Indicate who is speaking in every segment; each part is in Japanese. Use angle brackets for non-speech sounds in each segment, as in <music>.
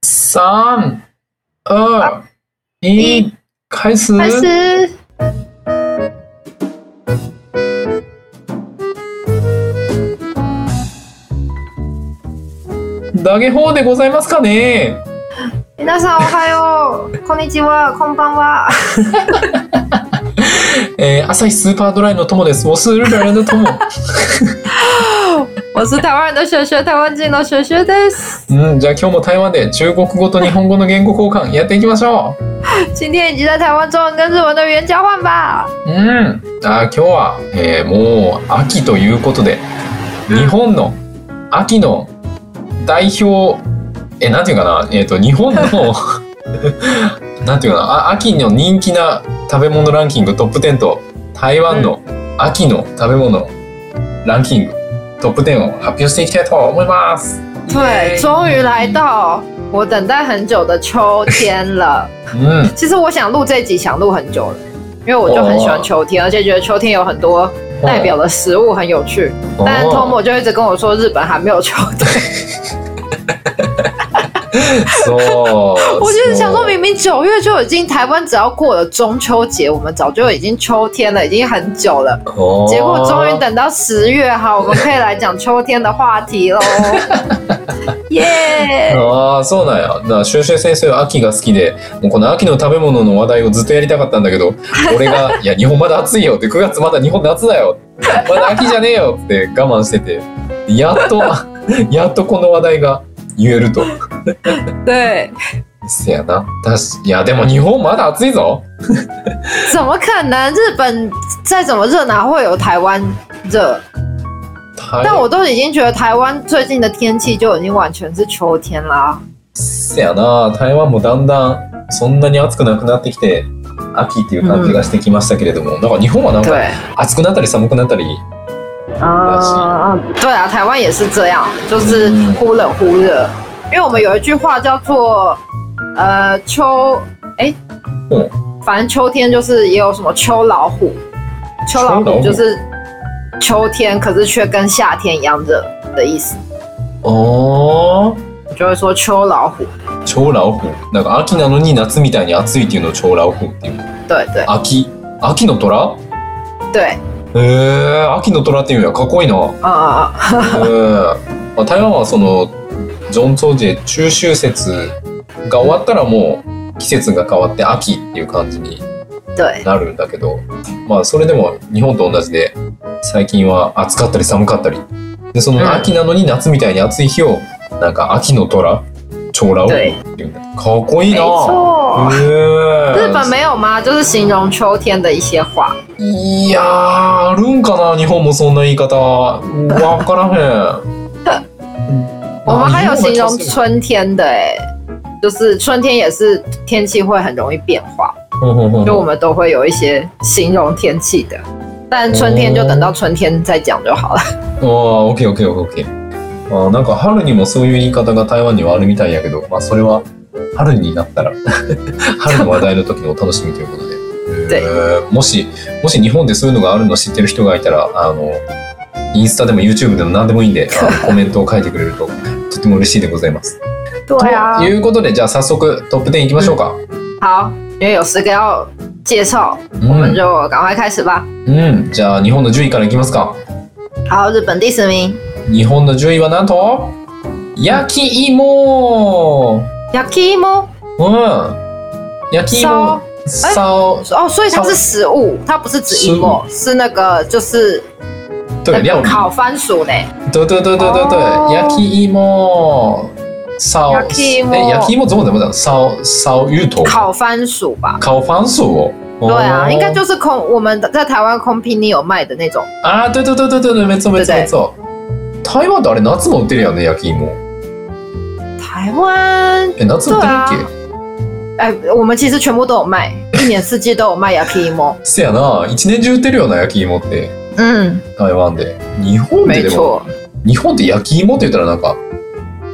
Speaker 1: 三、二、一，开始。
Speaker 2: 开始。
Speaker 1: 投げ方でございますかね。
Speaker 2: 皆さんおはよう。こんにちは。こんばんは。
Speaker 1: えー、朝日スーパードライの友です。我是日本人的友。
Speaker 2: <laughs> 我是台湾的雪雪，台湾人の雪雪です。
Speaker 1: 嗯，じゃあ今日も台湾で中国語と日本語の言語交換やっていきましょ
Speaker 2: 今天已经在台湾中文跟日文的语言交换吧。
Speaker 1: う。うん。あー今日は、えーもう秋ということで、日本の秋の代表、えーなんていうかな、えっ、と日本の
Speaker 2: <laughs>
Speaker 1: <laughs> なんていうかな、あ秋の人気な食べ物ランキングトップ10と台湾の秋の食べ物ランキングトップ10を発表していきたいと思います。
Speaker 2: 对，终于来到我等待很久的秋天 <laughs> 了。
Speaker 1: うん。
Speaker 2: 其实我想录这集，想录很久了，因为我就很喜欢秋天，而且觉得秋天有很多代表的食物很有趣。但 Tom 就一直跟我说日本还没有秋天，
Speaker 1: そう。
Speaker 2: <laughs> 我就是想说
Speaker 1: そう
Speaker 2: 明明九月就已经台湾只要过了中秋节，我们早就已经秋天了，已经很久了。
Speaker 1: 哦
Speaker 2: 结果终于等到十月，好，我们可以来讲秋天的话 <laughs> 题喽，耶！
Speaker 1: ああそうなんや。だから修正先生は秋が好きで、もうこの秋の食べ物の話題をずっとやりたかったんだけど、俺が「いや日本まだ暑いよ」って「9月まだ日本夏だよ」まだ秋じゃねえよって我慢してて、やっと <laughs> やっとこの話題が言えると。
Speaker 2: 对，
Speaker 1: せやな。だしいやでも日本まだ暑いぞ。
Speaker 2: 怎么可能？日本再怎么热，哪会有台湾热？
Speaker 1: 台
Speaker 2: 但我都已经觉得台湾最近的天气就已经完全是秋天啦。
Speaker 1: せやな台湾もだんだんそんなに暑くなくなってきて秋っていう感じがしてきましたけれども、なんか日本はなんか
Speaker 2: 对
Speaker 1: 暑くなったり寒くなったり
Speaker 2: 啊，对啊，台湾也是这样，就是
Speaker 1: 嗯
Speaker 2: 忽冷忽热。因为我们有一句话叫做呃秋，哎、
Speaker 1: 嗯
Speaker 2: 反正秋天就是也有什么秋老虎，秋
Speaker 1: 秋
Speaker 2: 老
Speaker 1: 老虎
Speaker 2: 虎就是秋天，可是却跟夏天一样热的意思，
Speaker 1: あ
Speaker 2: 就会说秋老虎。
Speaker 1: あ超老虎なんか秋なのに夏みたいに暑いっていうのを超老虎っていう
Speaker 2: 对对
Speaker 1: 秋秋の虎
Speaker 2: 对，
Speaker 1: へえ秋の虎っていうんやかっこいいなへ
Speaker 2: 嗯嗯嗯，
Speaker 1: えまあ台湾はそのジョン・ソージェ中秋節が終わったらもう季節が変わって秋っていう感じに
Speaker 2: 对
Speaker 1: なるんだけど、まあ、それでも日本と同じで最近は暑かったり寒かったりでそ
Speaker 2: うん
Speaker 1: の秋なのに夏みたいに暑い日をなんか秋の虎長老って
Speaker 2: 对，
Speaker 1: いうんだかっこいいな
Speaker 2: 没错。
Speaker 1: へえ
Speaker 2: 日本没有吗？就是形容秋天的一些话。
Speaker 1: いやーあるんかな日本もそんな言い方わからへん
Speaker 2: 我们还有形
Speaker 1: あ
Speaker 2: 容
Speaker 1: 日本は気がする
Speaker 2: 春天的、欸，就是春天也是天气会很容易变化，
Speaker 1: ほうほうほう
Speaker 2: 就我们都会有一些形容天气的。但春天就等到春天再讲就好了。
Speaker 1: ああ、オッケーオッケーオッケー。あーなんか春にもそういう言い方が台湾にはあるみたいやけど、まあそれは春になったら <laughs> 春の話題の時のお楽しみということで。
Speaker 2: で
Speaker 1: えーもしもし日本でそういうのがあるの知ってる人がいたらあのインスタでも YouTube でも何でもいいんであのコメントを書いてくれるととても嬉しいでございます。
Speaker 2: 对啊
Speaker 1: と，いうことでじゃあ早速トップ10いきましょうか。
Speaker 2: 好，因为有十个要介绍，
Speaker 1: う
Speaker 2: 我们
Speaker 1: ん、
Speaker 2: 就赶快开始吧。
Speaker 1: うん、じゃあ日本の10位からいきますか。
Speaker 2: 好，日本第十名
Speaker 1: 日本の10位はなんと焼き芋
Speaker 2: ，yakimo
Speaker 1: うん。焼き
Speaker 2: 烧
Speaker 1: 芋、烧、
Speaker 2: 哦，所以它是食物，它不是指一莫，是那个就是
Speaker 1: 对
Speaker 2: 那
Speaker 1: 料
Speaker 2: 个
Speaker 1: 理，
Speaker 2: 烤番薯呢。
Speaker 1: 对对对对对
Speaker 2: 哦
Speaker 1: 对，焼き芋、烧、
Speaker 2: 焼き芋
Speaker 1: 哎，焼き芋怎么怎么讲？烧烧芋头、
Speaker 2: 烤番薯吧。
Speaker 1: 烤番薯哦。哦
Speaker 2: 对啊，应该就是空我们在台湾空瓶里有卖的那种。
Speaker 1: 啊，对对对对对对，没错没错
Speaker 2: 对对
Speaker 1: 没错。台湾ってあれ夏も売ってるよね、焼き芋。
Speaker 2: 台湾，
Speaker 1: え、夏売ってるっけ
Speaker 2: 对？哎，我们其实全部都
Speaker 1: <laughs>
Speaker 2: 有卖，一年四季都有卖啊 yakimo。
Speaker 1: せやな、一年中売ってるよな、焼き芋って。
Speaker 2: 嗯，
Speaker 1: 台湾で。日本で
Speaker 2: 没
Speaker 1: でも
Speaker 2: 错。
Speaker 1: 日本って焼き芋って言ったらなんか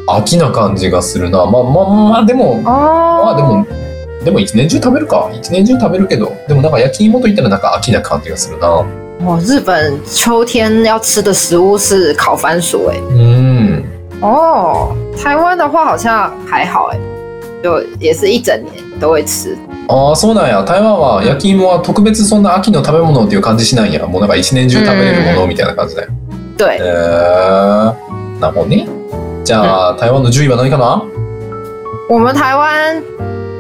Speaker 1: 秋な感じがするなまあまあまあでもまあで
Speaker 2: 哦
Speaker 1: も，でも一年中食べるか一年中食べるけどでもなんか焼き芋と言ったらなんか秋な感じがするな
Speaker 2: 哦，日本秋天要吃的食物是烤番薯，哎，
Speaker 1: うん
Speaker 2: 哦，台湾的话好像还好，哎，就也是一整年都会吃。
Speaker 1: ああそうなんや台湾は焼き芋は特別そんな秋の食べ物っていう感じしないんやもうなんか一年中食べれるものみたいな感じだよ、
Speaker 2: 对
Speaker 1: へえ，ー、なるほどねじゃあ、台湾の10位は何かな
Speaker 2: 我们台湾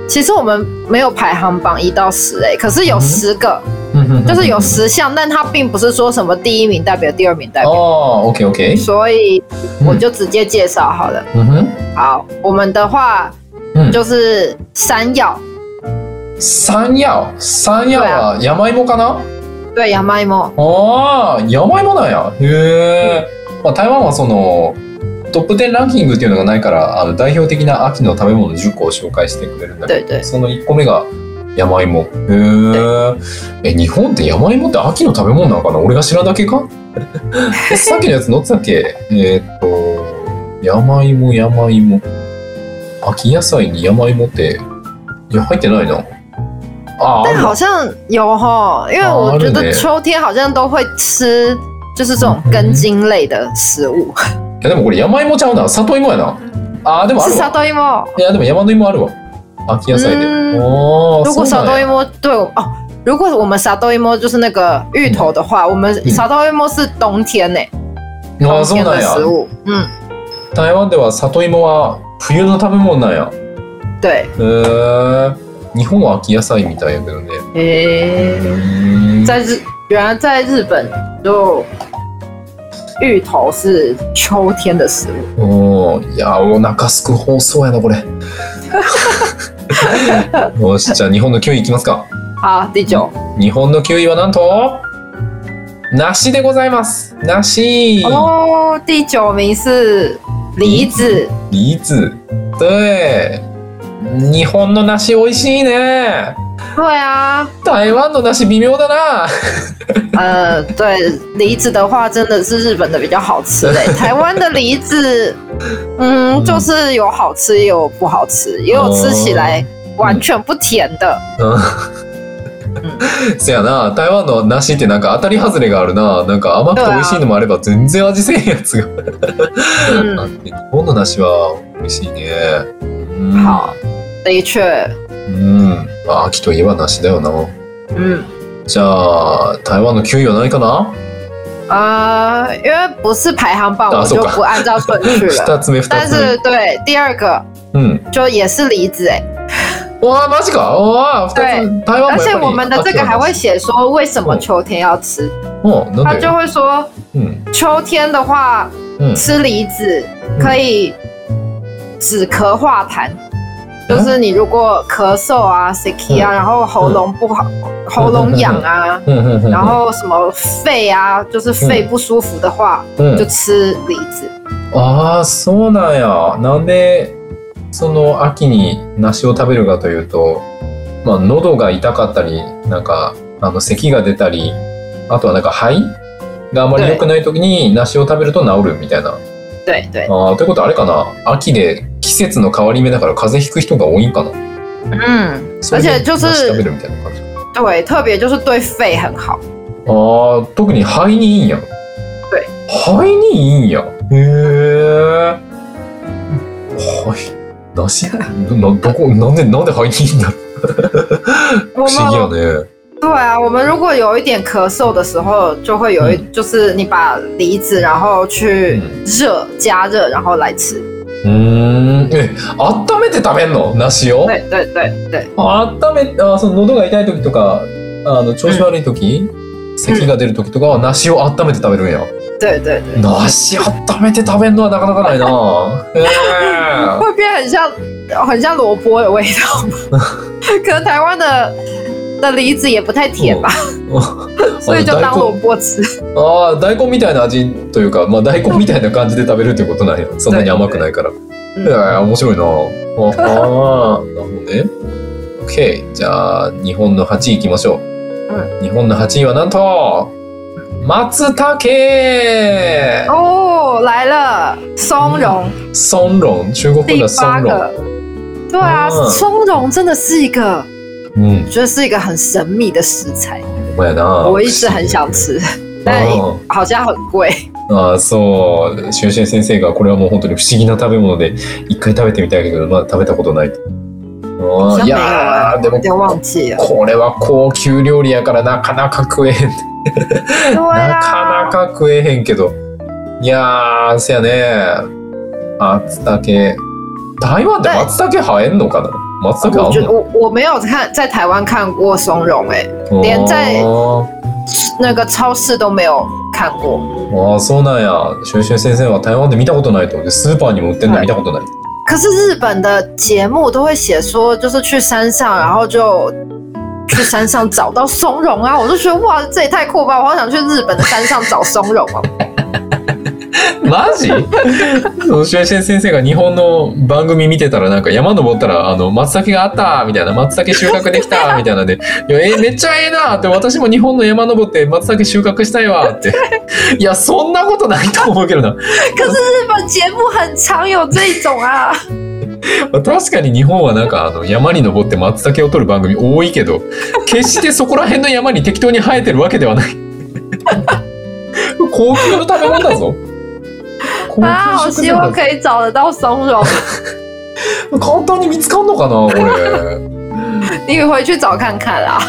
Speaker 2: 其实我们没有排行榜一到十哎、可是有
Speaker 1: 嗯
Speaker 2: 十个，
Speaker 1: ち
Speaker 2: 就是有十项，但它并不是说什么第一名代表、第二名代表，
Speaker 1: 哦，OK OK，
Speaker 2: 所以
Speaker 1: 嗯
Speaker 2: 我就直接介绍好了。
Speaker 1: 嗯哼，
Speaker 2: 好，我们的话
Speaker 1: 嗯
Speaker 2: 就是山药，
Speaker 1: 山药，山药は山芋かな？
Speaker 2: 对，亚麻芋，
Speaker 1: ああ、山芋なんや。へえ。まあ台湾はそのトップ10ランキングっていうのがないから、あの代表的な秋の食べ物10個を紹介してくれるんだけ
Speaker 2: 对对
Speaker 1: ど、。その1個目が山芋。へえ。え、日本って山芋って秋の食べ物なのかな？俺が知らんだけ <laughs> か？えさっきのやつ載ってたっけ？えーっと山芋山芋。秋野菜に山芋っていや入ってないな。あーあ
Speaker 2: 但
Speaker 1: る
Speaker 2: 好像有哈，因为
Speaker 1: 哦
Speaker 2: 我觉
Speaker 1: 日本
Speaker 2: 得
Speaker 1: 也
Speaker 2: 秋天好像都会吃，就是这
Speaker 1: 嗯
Speaker 2: 种根茎类的食物，
Speaker 1: いやでもこれ山芋ちゃうな里芋やなあーでもあ
Speaker 2: <laughs> 是
Speaker 1: る
Speaker 2: 沙
Speaker 1: わ
Speaker 2: 豆芋。
Speaker 1: いやでも山の芋あるわ秋野菜で
Speaker 2: うん
Speaker 1: おお
Speaker 2: 如果沙豆芋对我哦，如果我们沙豆芋就是那个芋头的话，我
Speaker 1: 嗯
Speaker 2: 们沙豆芋是冬天呢、
Speaker 1: あー
Speaker 2: 冬
Speaker 1: そう
Speaker 2: 天
Speaker 1: なん
Speaker 2: 的
Speaker 1: や
Speaker 2: 食物。嗯，
Speaker 1: 台湾では里芋は冬の食べ物なんやへ
Speaker 2: 对，
Speaker 1: え日本は秋野菜みたいやけどね
Speaker 2: 诶、
Speaker 1: うん
Speaker 2: 在日原来在日本就芋头是秋天的食物。
Speaker 1: おーいやーお腹すく放送やなこれよしじゃあ日本の9位いきますか
Speaker 2: 好，第九，
Speaker 1: 日本の9位はなんと梨でございます梨
Speaker 2: 哦，第九名是梨子。
Speaker 1: 梨子，对，日本の梨美味しいね。
Speaker 2: 对啊，
Speaker 1: 台湾の梨微妙だな。 <laughs>
Speaker 2: 呃，对，梨子的话真的是日本的比较好吃 <laughs> 嘞、台湾的梨子，嗯，就是有好吃也有不好吃，也有吃起来完全不甜的。
Speaker 1: うんせやな、台湾の梨ってなんか当たり外れがあるな。なんか甘くて美味しいのもあれば全然味せえやつが。あっ
Speaker 2: 嗯，
Speaker 1: て日本の梨は美味しいね。うん
Speaker 2: 嗯好，的确，
Speaker 1: うん。まあ秋といえば梨だよな。
Speaker 2: 嗯
Speaker 1: じゃあ台湾の9位は何かな？
Speaker 2: 呃，因为不是排行榜，
Speaker 1: 啊
Speaker 2: 我就不按照顺
Speaker 1: <laughs>
Speaker 2: 序了。
Speaker 1: 二つ目二
Speaker 2: 但
Speaker 1: つ目。
Speaker 2: 是对第二个
Speaker 1: うん。
Speaker 2: 就也是梨子哎、
Speaker 1: わあマジか。わあ二つ
Speaker 2: 对
Speaker 1: 台湾
Speaker 2: 而
Speaker 1: も
Speaker 2: 且
Speaker 1: やっぱり
Speaker 2: 我们的这个还会写说为什么秋天要吃，
Speaker 1: おうな
Speaker 2: 他
Speaker 1: んで
Speaker 2: 就？会说
Speaker 1: うん
Speaker 2: 秋天的话
Speaker 1: うん。
Speaker 2: 吃梨子可以止咳化痰，
Speaker 1: 嗯
Speaker 2: 就是你如果咳嗽啊、sick 啊，然后喉咙不好、喉咙痒啊，
Speaker 1: うんうんうん
Speaker 2: 然后什么肺啊，就是肺不舒服的话，
Speaker 1: うん
Speaker 2: 就吃梨子。
Speaker 1: ああそうなんやなんでその秋に梨を食べるかというと、まあ、喉が痛かったりなんかあの咳が出たりあとはなんか肺があまり良くない時に梨を食べると治るみたいな。
Speaker 2: 对对，
Speaker 1: あーということはあれかな秋で季節の変わり目だから風邪ひく人が多いんかな。
Speaker 2: 嗯，
Speaker 1: それで
Speaker 2: 而且就是
Speaker 1: 梨食べるみたいな感じ。
Speaker 2: 对，特别就是对肺很好。
Speaker 1: ああ特に肺にいいんや。
Speaker 2: 对
Speaker 1: 肺にいいんや。へえ。肺梨などこなんでなんで肺にいいんだろう。不
Speaker 2: 我
Speaker 1: 思議や
Speaker 2: 们
Speaker 1: ね。
Speaker 2: 对啊，我们如果有一点咳嗽的时候，就会有一，就是你把梨子然后去
Speaker 1: 嗯
Speaker 2: 热加热，然后来吃。
Speaker 1: うーん。え温めて食べんの梨を？
Speaker 2: 对对对对。
Speaker 1: 温めあその喉が痛い時とかあの調子悪い時、咳が出る時とかは梨を温めて食べるんや。
Speaker 2: 对对对，
Speaker 1: 梨温めて食べんのはなかなか <laughs> ないな。へえ。
Speaker 2: 会变很像很像萝卜的味道吗？
Speaker 1: <laughs>
Speaker 2: 可能台湾的的梨子也不太甜吧，
Speaker 1: 哦
Speaker 2: <laughs> 所以就当萝卜吃。
Speaker 1: ああ大根みたいな味というか、まあ、大根みたいな感じで食べるってことなんやそんなに甘くないから
Speaker 2: う
Speaker 1: い
Speaker 2: ん
Speaker 1: やいや面白いなああなるほどね OK じゃあ日本の8位いきましょう、日本の8位はなんと松茸
Speaker 2: 哦，来了，松茸
Speaker 1: 松茸中国
Speaker 2: 第
Speaker 1: 的嗯松
Speaker 2: 八
Speaker 1: 茸
Speaker 2: 个，对啊，
Speaker 1: 嗯
Speaker 2: 松茸真的是一个，
Speaker 1: うん
Speaker 2: 我觉得是一个很神秘的食材，
Speaker 1: ほんまやな
Speaker 2: 我一直很想吃，但
Speaker 1: うん
Speaker 2: 好像很贵。
Speaker 1: ああそう修正先生がこれはもう本当に不思議な食べ物で一回食べてみたいけどまだ食べたことないと
Speaker 2: 好
Speaker 1: うんい
Speaker 2: 像没有
Speaker 1: や
Speaker 2: 哎
Speaker 1: ー、で
Speaker 2: 有
Speaker 1: も
Speaker 2: 点忘记了。
Speaker 1: これは高級料理やからなかなか食えへん。
Speaker 2: 对
Speaker 1: なかな，
Speaker 2: 啊
Speaker 1: か食えへんけど。いやー、せやね。松茸。台湾って松茸生えんのかな松茸
Speaker 2: 我
Speaker 1: あ
Speaker 2: 觉
Speaker 1: ん
Speaker 2: 得
Speaker 1: の
Speaker 2: 我我没有看在台湾看过松茸、欸，连在
Speaker 1: あ
Speaker 2: 那个超市都没有看过，
Speaker 1: ーあー、そうなんや。シュシュ先生は台湾で見たことないと思って、スーパーにも売ってんの
Speaker 2: はい
Speaker 1: 見たことない。
Speaker 2: 可是日本的节目都会写说，就是去山上，然后就去山上找到松茸啊！我就觉得哇，这也太酷吧！我好想去日本的山上找松茸哦。
Speaker 1: マジそうシュシュ先生が日本の番組見てたら、なんか山登ったら、あの、松茸があったみたいな、松茸収穫できたみたいなんで、いや、えーめっちゃええなって、私も日本の山登って松茸収穫したいわって。いや、そんなことないと思うけどな。
Speaker 2: <laughs> 可是日本节目很常有这一种啊，
Speaker 1: まあ確かに日本はなんかあの山に登って松茸を取る番組多いけど決してそこら辺の山に適当に生えてるわけではない高級の食べ物だぞ高
Speaker 2: 啊，好
Speaker 1: 級食材
Speaker 2: 希望
Speaker 1: だぞ
Speaker 2: 可以找得到松茸。
Speaker 1: 簡単に見つかんのかなこれ
Speaker 2: 你回去找看看啊。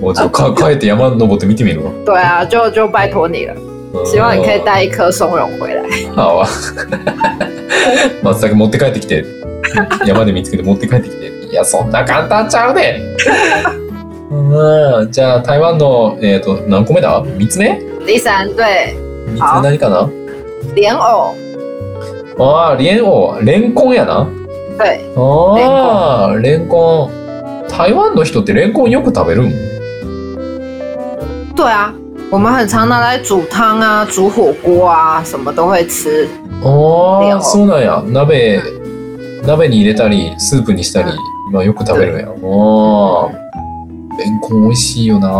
Speaker 1: もうちょっとか帰って山登って見てみるわ
Speaker 2: 对啊，就就拜托你了，希望你可以带一颗松茸回来。
Speaker 1: 好啊 <laughs> 松茸持って帰ってきて山で見つけて持って帰ってきていやそんな簡単ちゃうでうんじゃあ台湾の、えー、と何個目だ3つ目
Speaker 2: 第三，对，
Speaker 1: 三つ目何かな
Speaker 2: 莲藕，
Speaker 1: ああ、莲藕、レンコンやな。
Speaker 2: 对，
Speaker 1: ああ、レンコン。台湾の人ってレンコンよく食べるん
Speaker 2: 对啊，我们很常拿来煮汤啊、煮火锅啊，什么都会吃。レン
Speaker 1: ああ、
Speaker 2: コン
Speaker 1: そうなんや。鍋、鍋に入れたり、スープにしたり
Speaker 2: う、
Speaker 1: まあよく食べるんや。ああ、レンコン美味しいよな。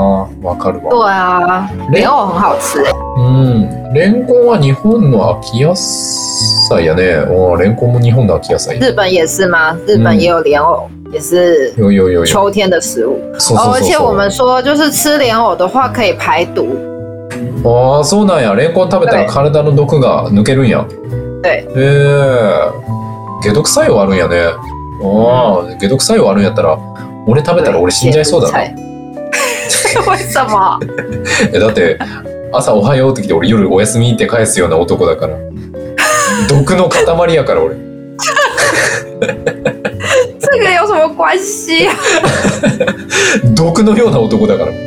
Speaker 1: わかるわ。
Speaker 2: 对啊，莲藕很好吃、欸。
Speaker 1: うん。レンコンは日本の秋野菜やね。おーレンコンも日本の秋野菜。
Speaker 2: 日本也是吗？日本也有莲藕，也是
Speaker 1: よいよいよいよ。
Speaker 2: 秋天的食物。
Speaker 1: そう
Speaker 2: 哦，
Speaker 1: そうそう
Speaker 2: 而且我
Speaker 1: そう。
Speaker 2: 们说，就是吃莲藕的话可以排毒。
Speaker 1: ああそうなんやレンコン食べたら
Speaker 2: はい
Speaker 1: 体の毒が抜けるんや
Speaker 2: は
Speaker 1: え
Speaker 2: い
Speaker 1: え解毒作用あるんやねああ解毒作用あるんやったら俺食べたら俺死んじゃいそうだな
Speaker 2: 解毒菜 <laughs> 为什么？
Speaker 1: <laughs> えだって朝「おはよう」って来て俺夜「おやすみ」って返すような男だから毒の塊やから俺
Speaker 2: 这个有什么关系、啊？
Speaker 1: 毒のような男だから
Speaker 2: <laughs>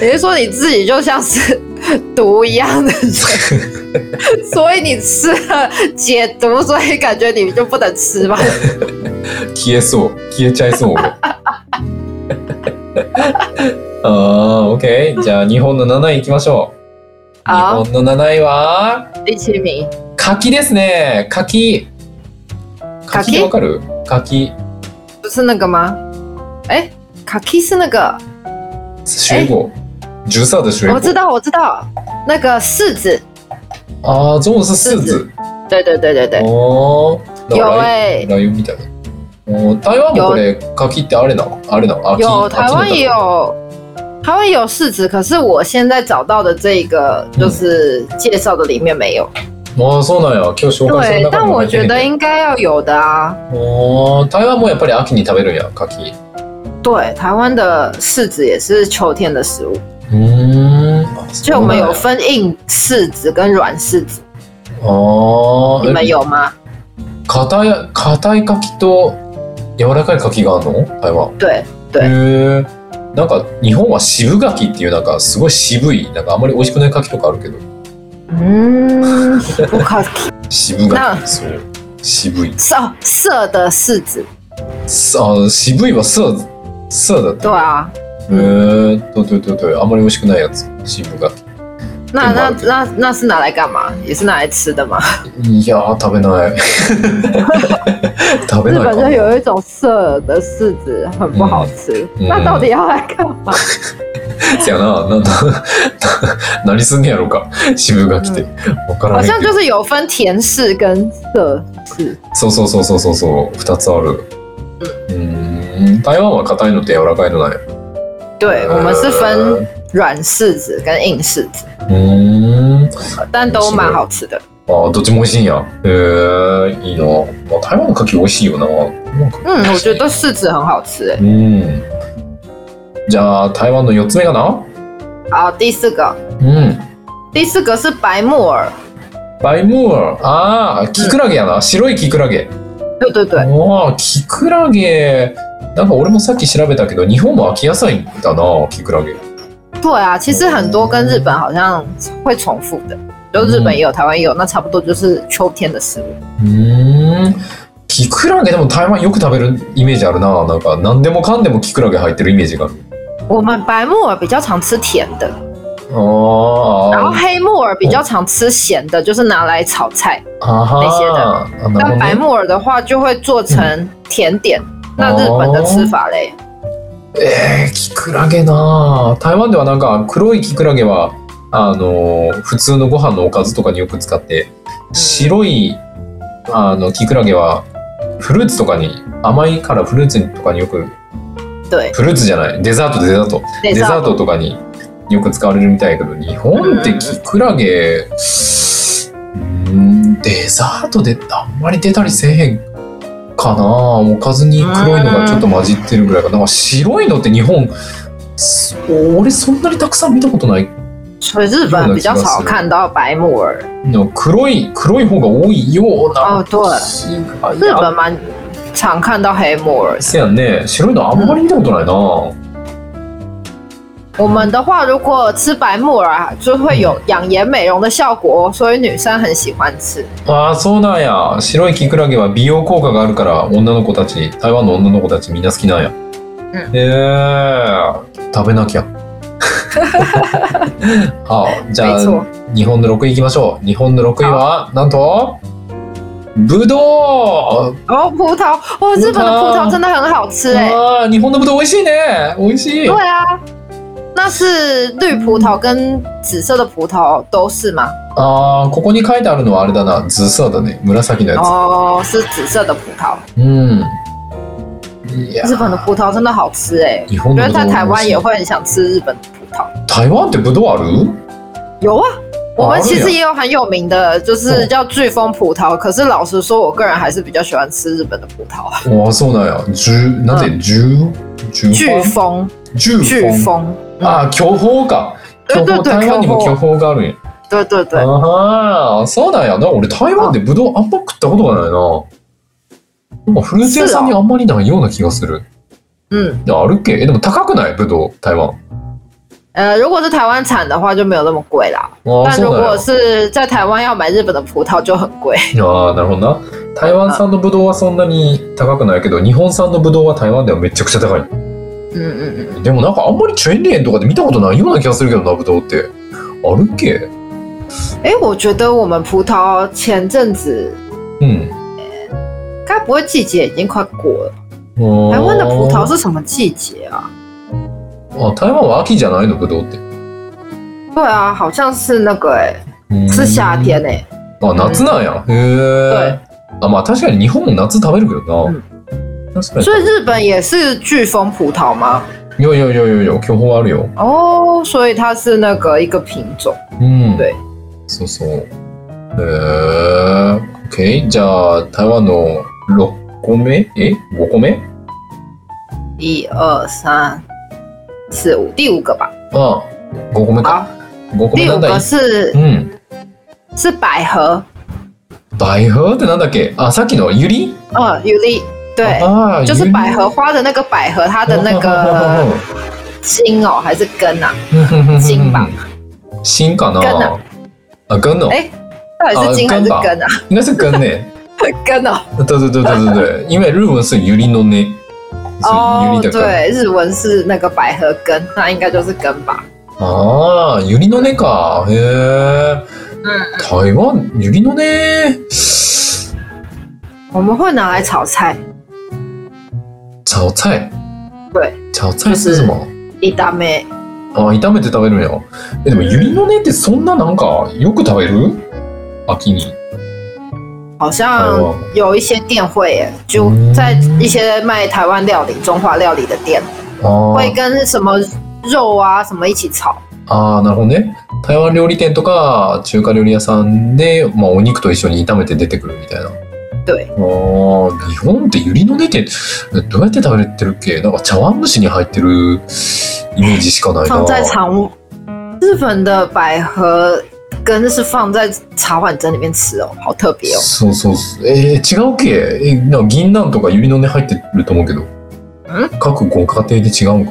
Speaker 2: 你是说你自己就像是 <laughs> 毒一样的 <laughs> 人，所以你吃了解毒，所以感觉你就不能吃 <laughs> 吗？
Speaker 1: 消えそう消えちゃいそう俺ああ OK じゃあ日本の7位いきましょう日
Speaker 2: 好，
Speaker 1: 本の7位は
Speaker 2: 第七名，
Speaker 1: 柿ですね柿
Speaker 2: 柿
Speaker 1: 柿ってわかる柿
Speaker 2: 不是那个吗？哎、卡 k 是那个，
Speaker 1: 水果十色的水
Speaker 2: 我
Speaker 1: 果
Speaker 2: 知道，我知道，那个柿子，
Speaker 1: ああそうです
Speaker 2: 柿
Speaker 1: 柿
Speaker 2: 子
Speaker 1: 子
Speaker 2: 对对对对对，
Speaker 1: おー
Speaker 2: 有
Speaker 1: ライ
Speaker 2: 哎、
Speaker 1: ライオンみたいなおー台湾もこれ柿ってあれなあれなあ秋
Speaker 2: 有台湾
Speaker 1: 秋の
Speaker 2: 也有，台湾也有柿子，可是我现在找到的这个就是介绍的里面没有。
Speaker 1: 食べああそうなんや今日紹介する
Speaker 2: 对，
Speaker 1: 中
Speaker 2: 但
Speaker 1: にも
Speaker 2: 我
Speaker 1: 入って
Speaker 2: 觉
Speaker 1: へん
Speaker 2: 得
Speaker 1: ね
Speaker 2: 应该要有的啊。
Speaker 1: おー台湾もやっぱり秋に食べるんや柿う
Speaker 2: 对，台湾的柿子也是秋天的食物，
Speaker 1: ーんあ
Speaker 2: 就
Speaker 1: そう
Speaker 2: 我
Speaker 1: な
Speaker 2: 们
Speaker 1: んや
Speaker 2: 有分硬柿子跟软柿子，
Speaker 1: あ
Speaker 2: 你
Speaker 1: ー
Speaker 2: 们
Speaker 1: え
Speaker 2: 有吗？
Speaker 1: 硬い硬い柿と柔らかい柿があるの台湾
Speaker 2: 对对
Speaker 1: へえなんか日本は渋柿っていうなんかすごい渋いなんかあんまり美味しくない柿とかあるけど
Speaker 2: <laughs> 嗯，不可
Speaker 1: 渋
Speaker 2: な
Speaker 1: 柿そう渋い
Speaker 2: 涩涩哦的柿子，
Speaker 1: すあ渋いはスースーだった
Speaker 2: 对啊。
Speaker 1: へえととととあんまり美味しくないやつ渋柿
Speaker 2: 那那
Speaker 1: 挺好的
Speaker 2: 那那是拿来干嘛？也是拿来吃的吗？
Speaker 1: いやー食べない <laughs> 食べないか
Speaker 2: 日本就
Speaker 1: な
Speaker 2: 有一种涩的柿子很不好吃，
Speaker 1: 嗯
Speaker 2: 那到底要来干嘛？
Speaker 1: せやななんだ <laughs> 何すんねやろうか渋柿ってわからな
Speaker 2: 好
Speaker 1: い
Speaker 2: 像就是有分甜柿跟涩柿。
Speaker 1: そうそうそうそうそうそう二つあるうーん台湾は硬いのと柔らかいのない
Speaker 2: 对，我们是分软柿子跟硬柿子，
Speaker 1: うーん
Speaker 2: 但都蛮好吃的。
Speaker 1: あどっちも美味しいんや。えー、いいな。まあ、台湾の牡蠣美味しいよな。
Speaker 2: 嗯，我觉得柿子很好吃、欸。
Speaker 1: うん。じゃあ、台湾の4つ目かな
Speaker 2: 好，第四个，
Speaker 1: うん。
Speaker 2: 第四个是白木耳。
Speaker 1: バイムール。ああ、キクラゲやな。白いキクラゲ。
Speaker 2: 对对对，
Speaker 1: ああ、キクラゲ。なんか俺もさっき調べたけど、日本も秋野菜だな、キクラゲ。
Speaker 2: 对啊，其实很多跟日本好像会重复的，就日本也有，台湾也有，那差不多就是秋天的食物。
Speaker 1: うーん。キクラゲでも台湾よく食べるイメージあるな。なんか何でもかんでもキクラゲ入ってるイメージがある。
Speaker 2: 我们白木耳比较常吃甜的，然后
Speaker 1: あー
Speaker 2: 黑木耳比较常吃咸的，就是拿来炒菜。
Speaker 1: あ
Speaker 2: 那些的
Speaker 1: はー。あな
Speaker 2: 但白
Speaker 1: るほどね
Speaker 2: 木耳的话就会做成甜点。那日本的吃法嘞？
Speaker 1: えー、キクラゲな。台湾ではなんか黒いキクラゲは、あのー普通のご飯のおかずとかによく使って、白い、あの、キクラゲは、フルーツとかに、甘いからフルーツとかによく、
Speaker 2: 对，
Speaker 1: フルーツじゃない、デザート、デザート。
Speaker 2: デ
Speaker 1: デザートとかによく使われるみたいだけど日本ってキクラゲうんデザートであんまり出たりせえへんかなおかずに黒いのがちょっと混じってるぐらいかななんか白いのって日本す俺そんなにたくさん見たことない
Speaker 2: 所以日本比较少看到白木耳。
Speaker 1: の黒い黒い方が多いような
Speaker 2: あどうだ
Speaker 1: 気
Speaker 2: 日
Speaker 1: が
Speaker 2: 本蛮常看到黑木耳的。
Speaker 1: せやんね白いのあんまり見たことないな、
Speaker 2: 我们的话，如果吃白木耳啊，就会有养颜美容的效果哦，所以女生很喜欢吃。
Speaker 1: ああそうなんや白いキクラゲは美容効果があるから女の子たち台湾の女の子たちみんな好きなんや、
Speaker 2: ん
Speaker 1: ええ食べなきゃあじゃ
Speaker 2: 没错
Speaker 1: あ日本の6位いきましょう日本の6位はなんとぶどう
Speaker 2: 然后哦葡萄，哇，日本的葡萄真的很好吃哎、
Speaker 1: あー日本のぶどう美味しいね美味しい
Speaker 2: 对啊，那是绿葡萄跟紫色的葡萄都是吗？
Speaker 1: あーここに書いてあるのはあれだなズーサーだね紫のやつ、
Speaker 2: 哦，是紫色的葡萄。
Speaker 1: うんいや
Speaker 2: 日本的葡萄真的好吃哎、
Speaker 1: 日
Speaker 2: 我
Speaker 1: 本
Speaker 2: 觉
Speaker 1: のぶどう
Speaker 2: 得在台
Speaker 1: 美味
Speaker 2: 湾
Speaker 1: しい
Speaker 2: 也会很想吃日本的葡萄。
Speaker 1: 台湾ってぶどうある
Speaker 2: 有啊，我们其
Speaker 1: 哎呀
Speaker 2: 实也有很有名的，就是叫飓风葡萄。可是老实说，我个人还是比较喜欢吃日本的葡萄。
Speaker 1: ああそうなんや。十なぜ十十
Speaker 2: 飓风，
Speaker 1: 十
Speaker 2: 飓风，
Speaker 1: ああ巨峰か。巨
Speaker 2: 对对
Speaker 1: 峰
Speaker 2: 对
Speaker 1: 台湾にも
Speaker 2: 巨
Speaker 1: 巨
Speaker 2: 峰
Speaker 1: 峰があるんや。
Speaker 2: 对对
Speaker 1: 哦
Speaker 2: 对，
Speaker 1: ああそうなんや。な俺台湾でブドウあんま食ったことがないな。でもフルーツ屋さんにあんまりないような気がする。
Speaker 2: 嗯，
Speaker 1: あるっけえでも高くないブドウ台湾。
Speaker 2: 呃，如果是台湾产的话就没有那么贵啦，
Speaker 1: ああ
Speaker 2: 但如
Speaker 1: そうなん
Speaker 2: 果
Speaker 1: や。
Speaker 2: 是在台湾要买日本的葡萄就很贵。
Speaker 1: ああなるほどな。台湾産のブドウはそんなに高くないけど日本産のブドウは台湾ではめちゃくちゃ高い。
Speaker 2: 嗯嗯嗯，
Speaker 1: でもなんかあんまりチェーン店とかで見たことないような気がするけどなブドウって。あるっけ
Speaker 2: 哎，我觉得我们葡萄前阵子
Speaker 1: うん。
Speaker 2: 该不会季节已经快过了？
Speaker 1: 台
Speaker 2: 台湾的葡萄是什么季节啊？
Speaker 1: あ台湾は秋じゃないのブドウって
Speaker 2: 对啊，好像是那个哎、
Speaker 1: 嗯
Speaker 2: 是夏天哎、
Speaker 1: あ夏なんや、へえあまあ確かに日本も夏食べるけどな、
Speaker 2: うん
Speaker 1: 確かに
Speaker 2: 所以日本也是飓风葡萄吗？
Speaker 1: いやいやいやいやいや巨峰あるよ
Speaker 2: 哦，所以它是那个一个品种。
Speaker 1: うん
Speaker 2: 对
Speaker 1: そうそうへえ OK じゃあ台湾の6個目え5個目
Speaker 2: 一二三四五，第五个吧。
Speaker 1: あ5個目か
Speaker 2: 好，
Speaker 1: 5個目
Speaker 2: 第
Speaker 1: な
Speaker 2: 五
Speaker 1: んだ
Speaker 2: 个
Speaker 1: い
Speaker 2: 是
Speaker 1: うん
Speaker 2: 是百合，
Speaker 1: 百合ってなんだっけあさっきのユリ
Speaker 2: 嗯，尤利，对，
Speaker 1: ああ
Speaker 2: 就是百合
Speaker 1: ユ
Speaker 2: 花的那个百合，它
Speaker 1: リ
Speaker 2: 的那
Speaker 1: 哦
Speaker 2: 个茎哦，还是根啊？茎吧
Speaker 1: 芯かな
Speaker 2: 根啊
Speaker 1: あ根の
Speaker 2: 哎到底
Speaker 1: 哦
Speaker 2: 是茎还是根啊？ <laughs>
Speaker 1: 应该是根呢、
Speaker 2: 根哦，
Speaker 1: 对对对对对 <laughs> 对，因为日文是ユリのね，
Speaker 2: 哦，
Speaker 1: 是ユリ的根。
Speaker 2: 对，日文是那个百合根，那应该就是根吧？
Speaker 1: ああ、ユリの根か。へえ。
Speaker 2: 嗯，
Speaker 1: 台湾ユリの根
Speaker 2: 我们会拿来炒菜，
Speaker 1: 炒菜。
Speaker 2: 对。
Speaker 1: 炒菜是什么？
Speaker 2: 一大妹。
Speaker 1: ああ、炒めて食べるんや。え、でもユリの根ってそんななんかよく食べる？秋に。
Speaker 2: 好
Speaker 1: 台
Speaker 2: 像
Speaker 1: 湾
Speaker 2: 有一些店会耶，就
Speaker 1: 哎嗯
Speaker 2: 在一些卖台湾料理、中华料理的店，
Speaker 1: あ
Speaker 2: 会跟什么肉啊什么一起炒。
Speaker 1: あ、ああ、なるほどね。台湾料理店とか中華料理屋さんで、まあ、お肉と一緒に炒めて出てくるみたいな。
Speaker 2: 对
Speaker 1: あー日本ってユリの根ってどうやって食べれてるっけなんか茶碗蒸しに入ってるイメージしかないな。
Speaker 2: 放在茶碗，日本的百合根是放在茶碗蒸里面吃哦，好特别哦。
Speaker 1: そうそうそう。えー違うっけえなんか銀杏とかユリの根入ってると思うけど。各ご家庭で違うのか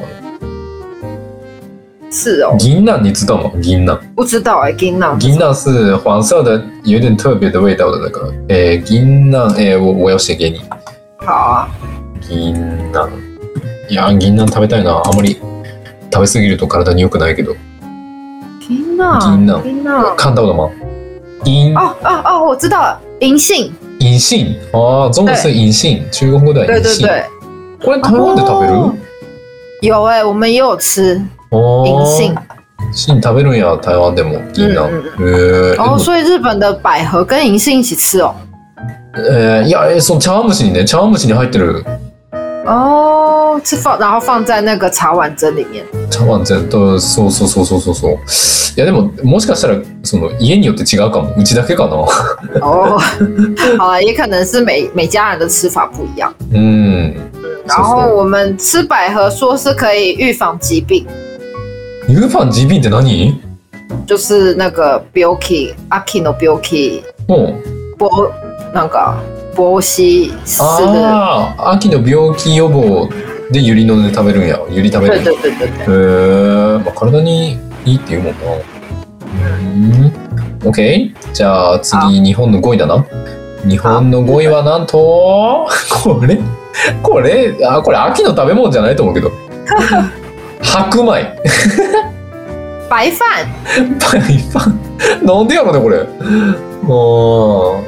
Speaker 2: 是哦
Speaker 1: な，銀杏你知道吗銀杏。
Speaker 2: 不知道哎、金浪
Speaker 1: 银杏是黄色的，有点特别的味道的那个。诶，银杏，诶，我我要写给你。
Speaker 2: 好啊，
Speaker 1: 銀杏。いや、銀杏食べたいな。あまり食べ過ぎると体に良くないけど。
Speaker 2: 金浪
Speaker 1: 金浪
Speaker 2: 金浪
Speaker 1: 看到了吗？银
Speaker 2: 哦哦哦，我知道了，银杏，
Speaker 1: 银杏哦，中国是银杏，中国語では
Speaker 2: 对
Speaker 1: 银
Speaker 2: 对
Speaker 1: 杏。
Speaker 2: 对，
Speaker 1: これ台湾で食べる？
Speaker 2: 哦有哎、我们也有吃
Speaker 1: 哦
Speaker 2: 银杏。
Speaker 1: 杏食べるんや台湾でも銀杏。
Speaker 2: うん
Speaker 1: えー、
Speaker 2: 哦，
Speaker 1: でも
Speaker 2: 所以日本的百合跟银杏一起吃哦。
Speaker 1: えー、いや、えーその茶碗蒸しにね、茶碗蒸しに入ってる
Speaker 2: 哦，吃放然后放在那个茶碗蒸里面。
Speaker 1: 茶碗全とそうそうそうそうそうそういやでももしかしたらその家によって違うかもうちだけかな
Speaker 2: <laughs> 哦，好了，也可能是每每家人的吃法不一样。
Speaker 1: うん
Speaker 2: 然后我们吃百合说是可以预防疾病，
Speaker 1: ユーファン GB って何
Speaker 2: 就是那个 Bilky Akino Bilky
Speaker 1: うん
Speaker 2: 波那个波西斯的，
Speaker 1: ああ秋の病気予防でユリの根食べるんやユリ食べる
Speaker 2: 对
Speaker 1: んや
Speaker 2: 对对对对。
Speaker 1: へえ、まあ、体にいいって言うもんなうん OK じゃあ次日本の5位だな日本の5位はなんとこれこれあこれ秋の食べ物じゃないと思うけど白米
Speaker 2: 白饭，
Speaker 1: パンパンなんでやろねこれも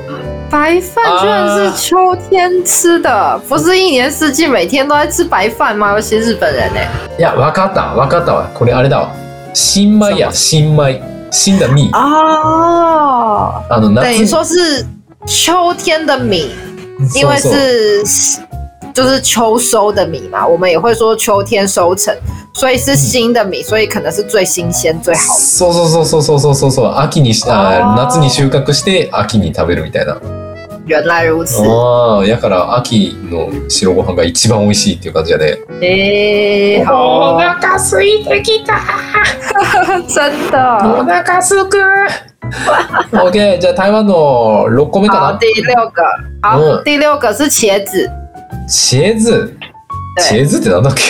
Speaker 2: 白饭居然是秋天吃的，不是一年四季每天都在吃白饭吗？有些日本人呢、欸
Speaker 1: ういやわかったわかったわこれあれだわ新米や新米新だ米
Speaker 2: 哦，
Speaker 1: あの夏
Speaker 2: 等于说是秋天的米，
Speaker 1: そう
Speaker 2: 因为
Speaker 1: そう
Speaker 2: 是就是秋收的米嘛，我们也会说秋天收成，所以是新的米，所以可能是最新鲜最好的。
Speaker 1: そうそうそうそうそうそうそう秋にしあ
Speaker 2: あー
Speaker 1: 夏に収穫して秋に食べるみたいな
Speaker 2: 原来如此，
Speaker 1: ああやから秋の白ご飯が一番美味しいっていう感じやね
Speaker 2: 诶、好
Speaker 1: お
Speaker 2: 哦、
Speaker 1: 腹空いてきた
Speaker 2: 真
Speaker 1: お
Speaker 2: 的。
Speaker 1: 腹すく OK じゃあ台湾の6個目か
Speaker 2: 好，
Speaker 1: な
Speaker 2: 第六个，好，
Speaker 1: 嗯
Speaker 2: 第六个是茄子，
Speaker 1: シェズシ
Speaker 2: 对，
Speaker 1: ェズってなんだっけ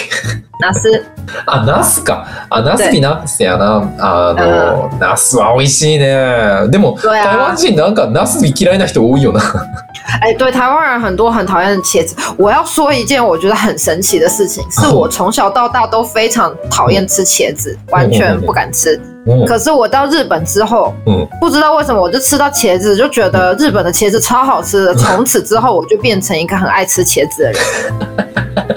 Speaker 2: 那是
Speaker 1: あ、ナスか。あ、ナスになってやな。あの、ナスは美味しいね。でも、
Speaker 2: 对
Speaker 1: 台
Speaker 2: 啊
Speaker 1: 湾，人なんかナス嫌いな人多いよな。
Speaker 2: 哎、对，台湾人很多很讨厌茄子。我要说一件我觉得很神奇的事情，是
Speaker 1: 嗯
Speaker 2: 我从小到大都非常讨厌吃茄子，完
Speaker 1: 嗯
Speaker 2: 全不敢吃。
Speaker 1: うん
Speaker 2: 可是我到日本之后，
Speaker 1: 嗯
Speaker 2: 不知道为什么我就吃到茄子，就觉得日本的茄子超好吃的。从此之后，我就变成一个很爱吃茄子的人。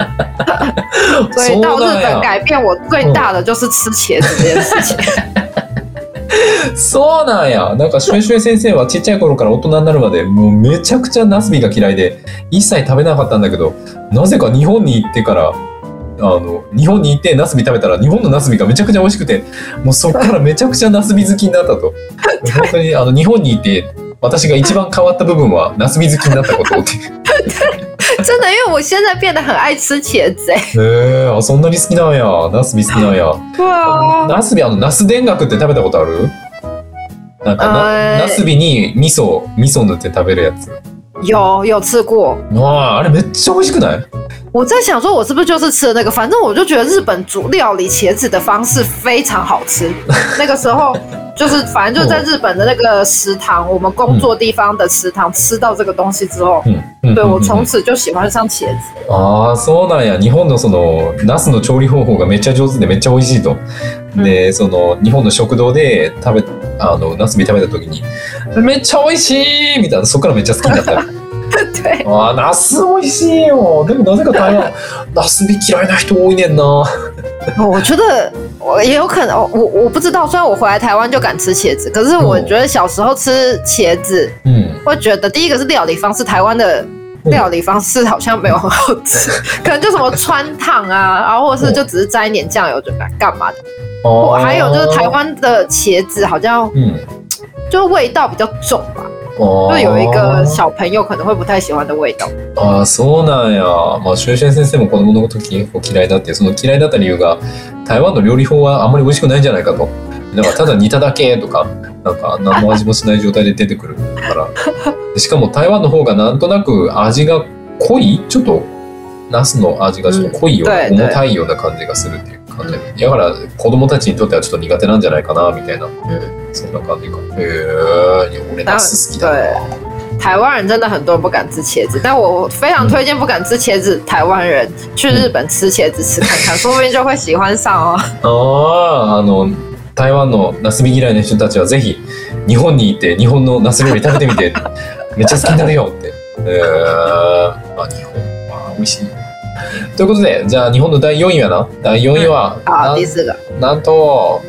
Speaker 2: 所以
Speaker 1: そ
Speaker 2: 到
Speaker 1: う
Speaker 2: 日
Speaker 1: な
Speaker 2: 本
Speaker 1: んや。
Speaker 2: 改变我最大的就是吃茄子这件事情。
Speaker 1: そうなんや。なんか、シュエシュエ先生はちっちゃい頃から大人になるまで、もうめちゃくちゃナスビが嫌いで、一切食べなかったんだけど、なぜか日本に行ってから、あの日本に行ってナスビ食べたら日本のナスビがめちゃくちゃ美味しくてもうそっからめちゃくちゃナスビ好きになったと本当にあの日本にいて私が一番変わった部分はナスビ好きになったことって
Speaker 2: <laughs> 真的，因为我现在变得很爱吃茄子、哎，
Speaker 1: へえあそんなに好きなんやナスビ好きなんや
Speaker 2: 对啊，
Speaker 1: ナスビあのナス田楽って食べたことあるなんか
Speaker 2: あ
Speaker 1: な
Speaker 2: ー
Speaker 1: ナスビに味噌味噌塗って食べるやつ
Speaker 2: 呃有有吃过。
Speaker 1: わああれめっちゃ美味しくない
Speaker 2: 我在想说，我是不是就是吃了那个？反正我就觉得日本煮料理茄子的方式非常好 <laughs> 吃。那个时候就是，反正就在日本的那个食堂，我们工作地方的食堂吃到这个东西之后，
Speaker 1: うん、うん
Speaker 2: 对
Speaker 1: うん
Speaker 2: 我
Speaker 1: うん
Speaker 2: 从此就喜欢上茄子。 <laughs>
Speaker 1: ああそうなんや日本のそのナスの調理方法がめっちゃ上手でめっちゃ美味しいと、でその日本の食堂で食べあのナスビ食べた時にめっちゃ美味しいみたいなそっからめっちゃ好きにな
Speaker 2: <laughs>
Speaker 1: ったよ
Speaker 2: 对，
Speaker 1: あーナス美味しいよでもなぜか台
Speaker 2: <laughs>
Speaker 1: 湾ナスビ嫌いな人多いねんな
Speaker 2: 哦我觉得我也有可能，我我不知道。虽然我回来台湾就敢吃茄子，可是我觉得小时候吃茄子
Speaker 1: うん
Speaker 2: 会觉得，第一个是料理方式，台湾的
Speaker 1: 嗯
Speaker 2: 料理方式好像没有很 <laughs> 好吃，可能就什么穿烫啊，然后或是就只是沾一点酱油就干干嘛的。
Speaker 1: 哦
Speaker 2: 我还有就是台，湾的茄子好像
Speaker 1: 嗯，
Speaker 2: 就味道比较重吧，
Speaker 1: 哦
Speaker 2: 就有一个小朋友可能会不太喜欢的味道。
Speaker 1: ああそうなんや、まあ、シュウシェン先生も子供の時結構嫌いだってその嫌いだった理由が台湾の料理法はあんまり美味しくないんじゃないかとなんかただ煮ただけとかなんか何も味もしない状態で出てくるからしかも台湾の方がなんとなく味が濃いちょっとナスの味がちょっと濃いような、
Speaker 2: うん
Speaker 1: 重たいような感じがするっていう感じでだから子供たちにとってはちょっと苦手なんじゃないかなみたいな
Speaker 2: 嗯，
Speaker 1: そんな感じかへえいや俺
Speaker 2: 然
Speaker 1: ナ
Speaker 2: 后
Speaker 1: ス好きだな
Speaker 2: 对。台湾人真的很多不敢吃茄子，但我非常推荐不敢吃茄子台湾人去日本吃茄子吃看看，说不定就会喜欢上
Speaker 1: <laughs>
Speaker 2: 哦。
Speaker 1: ああ、あの、台湾のナスビ嫌いの人たちはぜひ日本に行って日本のナス料理食べてみ
Speaker 2: <laughs>
Speaker 1: てめっちゃ好きになるよって。えー、まあ日本は美味しい。ということで、じゃあ日本の第4位はな第4位は、
Speaker 2: 好，第四个，
Speaker 1: ななんと、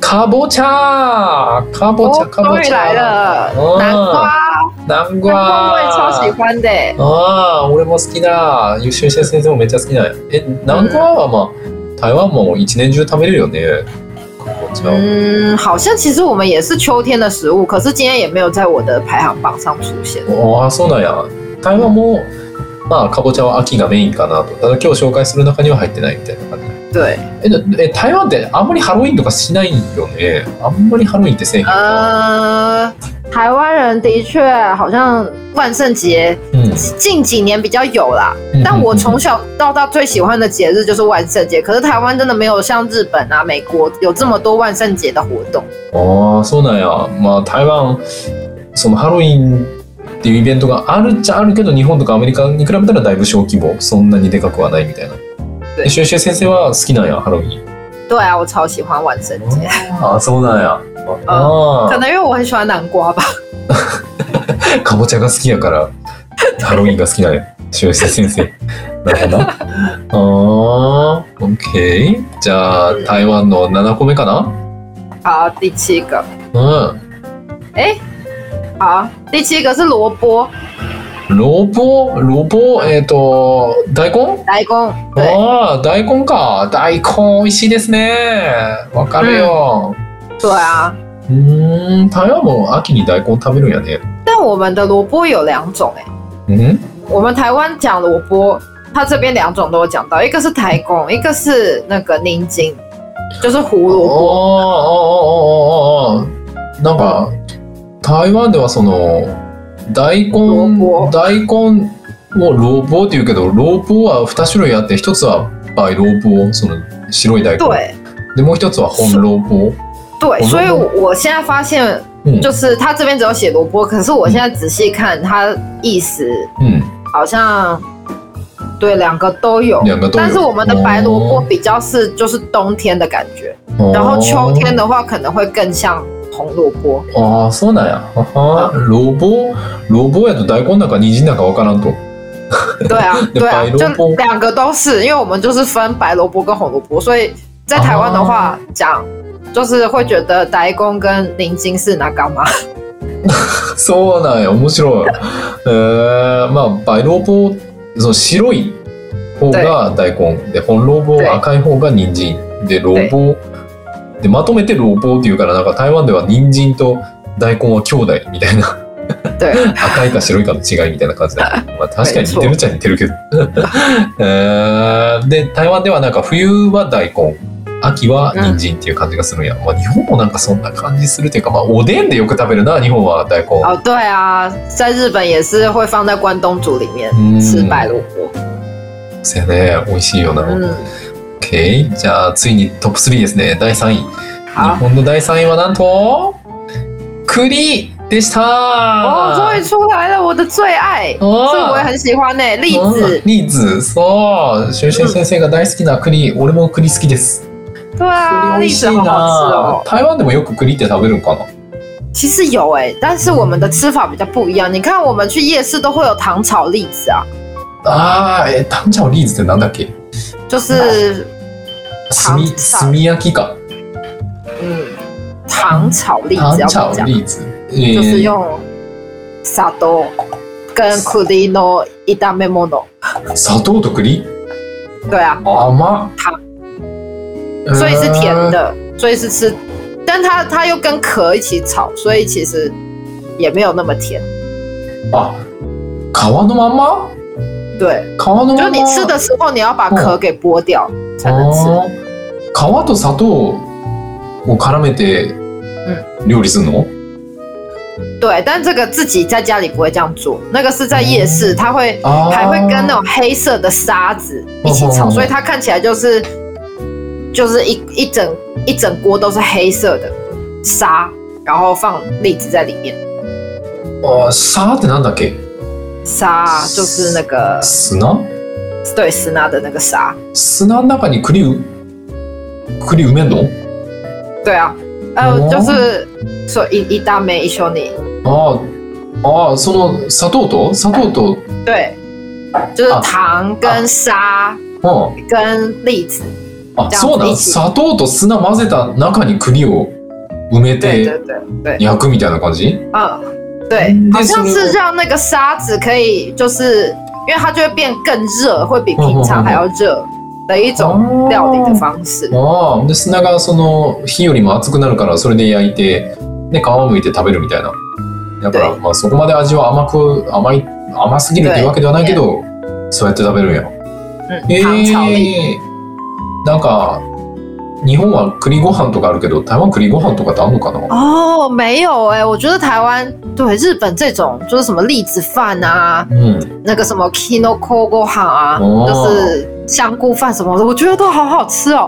Speaker 1: かぼちゃかぼちゃ、
Speaker 2: 哦，
Speaker 1: かぼ
Speaker 2: 终于
Speaker 1: ちゃ
Speaker 2: 来了
Speaker 1: 哦，
Speaker 2: 南瓜，
Speaker 1: 南
Speaker 2: 南瓜我也
Speaker 1: 瓜
Speaker 2: 超喜欢的耶。欸
Speaker 1: ああ、俺も好きだ。優秀者先生もめっちゃ好きだよ。え、南瓜はまあ、台湾も一年中食べれるよね。かぼちゃ。
Speaker 2: 嗯，好像其实我们也是秋天的食物，可是今天也没有在我的排行榜上出现。
Speaker 1: ああ、そうなんや。台湾も、まあ、かぼちゃは秋がメインかなと。ただ今日紹介する中には入ってないみたいな感じ。
Speaker 2: 对，
Speaker 1: えだ、え台湾ってあんまりハロウィンとかしないよね。あんまりハロウィンってせえへんか。
Speaker 2: 呃，台湾人的确好像万圣节
Speaker 1: うん
Speaker 2: 近几年比较有啦，
Speaker 1: 嗯
Speaker 2: 但我从小到大最喜欢的节日就是万圣节。可是台湾真的没有像日本啊、美国有这么多万圣节的活动。
Speaker 1: ああそうなんやまあ台湾そのハロウィンっていうイベントがあるっちゃあるけど日本とかアメリカに比べたらだいぶ小規模そんなにでかくはないみたいな
Speaker 2: で
Speaker 1: えシュウシュウ先生は好きなんやハロウィン
Speaker 2: 对啊，我超喜欢万圣节，
Speaker 1: ああそうなんやあ
Speaker 2: <laughs> 可能因为我很喜欢南瓜吧。
Speaker 1: あかぼちゃが好きやから <laughs> ハロウィンが好きなんやシュウシュウ先生なるほど <laughs> なあーオッケーじゃあ台湾の7個目かな
Speaker 2: 好，第七个，
Speaker 1: う
Speaker 2: 哎，好，第七个是萝卜。
Speaker 1: んロボロボえっ、と大根
Speaker 2: 白宫，对，
Speaker 1: ああ、大根か。大根美味しいですね。わかるよ。
Speaker 2: 对啊。
Speaker 1: うーん、台湾も秋に大根食べるんやね。
Speaker 2: 但我们的萝卜有两种、欸，
Speaker 1: うん
Speaker 2: 我们台湾讲萝卜，它这边两种都有讲到，一个是台公，一个是那个宁津，就是胡
Speaker 1: おーおーおーおーお
Speaker 2: 萝卜。
Speaker 1: ーなんか、台湾ではその、大根
Speaker 2: ロボ、
Speaker 1: 大根をローボーって言うけど、ローボーは2種類あって、一つはバイローボー、その白い大根。
Speaker 2: 对
Speaker 1: で、もう一つは本ローボー。
Speaker 2: 对，
Speaker 1: 胡萝卜
Speaker 2: 所以我现在发现，
Speaker 1: 嗯
Speaker 2: 就是它这边只有写萝卜，可是我现在仔细看它意思，
Speaker 1: うん。
Speaker 2: 好像对两个都有。
Speaker 1: 两个都有哦
Speaker 2: 但是我们的白萝卜比较是就是冬天的感觉，然后秋天的话可能会更像红萝卜。
Speaker 1: ああそうなんや。ははロボロボやと大根なんか人参なんかわからんと。 <laughs>
Speaker 2: 对啊，对啊
Speaker 1: 白，萝
Speaker 2: 就
Speaker 1: 卜
Speaker 2: 两个都是，因为我们就是分白萝卜跟红萝卜，所以在台湾的话讲，就是会觉得白宫跟林金是哪干
Speaker 1: <laughs>
Speaker 2: 嘛？
Speaker 1: そうなんや面白い。えー、まあ白ロボその白い方が大根で本ロボ
Speaker 2: 对
Speaker 1: 赤い方が人参でロボでまとめてロボっていうからなんか台湾では人参と大根は兄弟みたいな
Speaker 2: 对，
Speaker 1: 赤いか白いかの違いみたいな感じだ、まあ、確かに似てるっちゃ似てるけど、えーで台湾ではなんか冬は大根秋は人参っていう感じがするんや、まあ、日本もなんかそんな感じするっていうか、まあ、おでんでよく食べるな日本は大根
Speaker 2: 哦，对啊，在日本也是会放在关东煮里面
Speaker 1: 嗯
Speaker 2: 吃白萝卜。
Speaker 1: そやね美味しいよな、
Speaker 2: 嗯，
Speaker 1: OK じゃあついにトップ3ですね第3位日
Speaker 2: 好，
Speaker 1: 本の第3位はなんと栗でした
Speaker 2: 哦，终于出来了，我的最爱，这
Speaker 1: おー
Speaker 2: 我也很喜欢
Speaker 1: 哦
Speaker 2: 呢、栗子，
Speaker 1: 栗子そう修正先生が大好きな栗、俺も栗好きです
Speaker 2: 对啊，栗子好好吃哦。
Speaker 1: 台湾でもよく栗って食べるんかな
Speaker 2: 其实有哎、但是我们的吃法比较不一样。你看，我们去夜市都会有糖炒栗子啊，
Speaker 1: あーえタンチャオリーズってなんだっけ嗯
Speaker 2: 就是
Speaker 1: 炭
Speaker 2: タンチャオ
Speaker 1: 炭焼きか
Speaker 2: 嗯，糖炒栗
Speaker 1: タン
Speaker 2: 子要
Speaker 1: チ
Speaker 2: 怎
Speaker 1: ャ
Speaker 2: 么
Speaker 1: オ
Speaker 2: 讲？
Speaker 1: リーズえ
Speaker 2: 就是
Speaker 1: ー、
Speaker 2: 用砂豆跟 curino i d a m e m o n o
Speaker 1: 砂糖と栗
Speaker 2: 对啊，
Speaker 1: 甘っ
Speaker 2: 嗯糖所以是甜的。所以是吃，但它它又跟壳一起炒，所以其实也没有那么甜。
Speaker 1: あ、皮のまんま？
Speaker 2: 对，
Speaker 1: 皮のまんま。
Speaker 2: 就你吃的时候，你要把壳给剥掉才能吃。
Speaker 1: あー皮と砂糖を絡めて料理するの？
Speaker 2: 对，但这个自己在家里不会这样做，那个是在夜市，它会
Speaker 1: あー
Speaker 2: 还会跟那种黑色的沙子一起
Speaker 1: 哦
Speaker 2: 炒，所以它看起来就是就是一一整一整锅都是黑色的沙，然后放栗子在里面。
Speaker 1: あー砂ってなんだっけ？
Speaker 2: 沙就是那个
Speaker 1: 砂？
Speaker 2: 对石拿的那个沙，
Speaker 1: 砂の中に栗う栗埋めんの？
Speaker 2: 对啊，呃，
Speaker 1: 哦
Speaker 2: 就是说一一大枚一兄弟，
Speaker 1: あーあーその砂糖と砂糖と
Speaker 2: 对，就是
Speaker 1: 啊
Speaker 2: 糖跟沙
Speaker 1: うん。
Speaker 2: 跟栗子，
Speaker 1: あ、
Speaker 2: じゃあ
Speaker 1: そうなん
Speaker 2: ぜひ
Speaker 1: 砂糖と砂混ぜた中に栗を埋め
Speaker 2: 对
Speaker 1: て
Speaker 2: 对对对，
Speaker 1: 焼くみたいな感じ？
Speaker 2: 嗯，对
Speaker 1: 嗯，
Speaker 2: 好
Speaker 1: 但是
Speaker 2: 像是让那个沙子可以，就是因为它就会变更热，会比平常还要热的一种料理的方式。
Speaker 1: ああ、で砂がその火よりも熱くなるからそれで焼いて、ね、皮むいて食べるみたいな。だから
Speaker 2: は
Speaker 1: まあそこまで味は甘く甘い甘すぎるっていうわけではないけど、そうやって食べるんや。え
Speaker 2: 嗯，糖炒栗，
Speaker 1: えなんか日本は栗ご飯とかあるけど台湾栗ご飯とかってあるのかな？
Speaker 2: 哦，没有哎、我觉得台湾对日本这种就是什么栗子饭啊，
Speaker 1: うん。
Speaker 2: 那个什么 kinoko g o h a 啊，
Speaker 1: 哦
Speaker 2: 就是香菇饭什么的，我觉得都好好吃
Speaker 1: <laughs>
Speaker 2: 哦。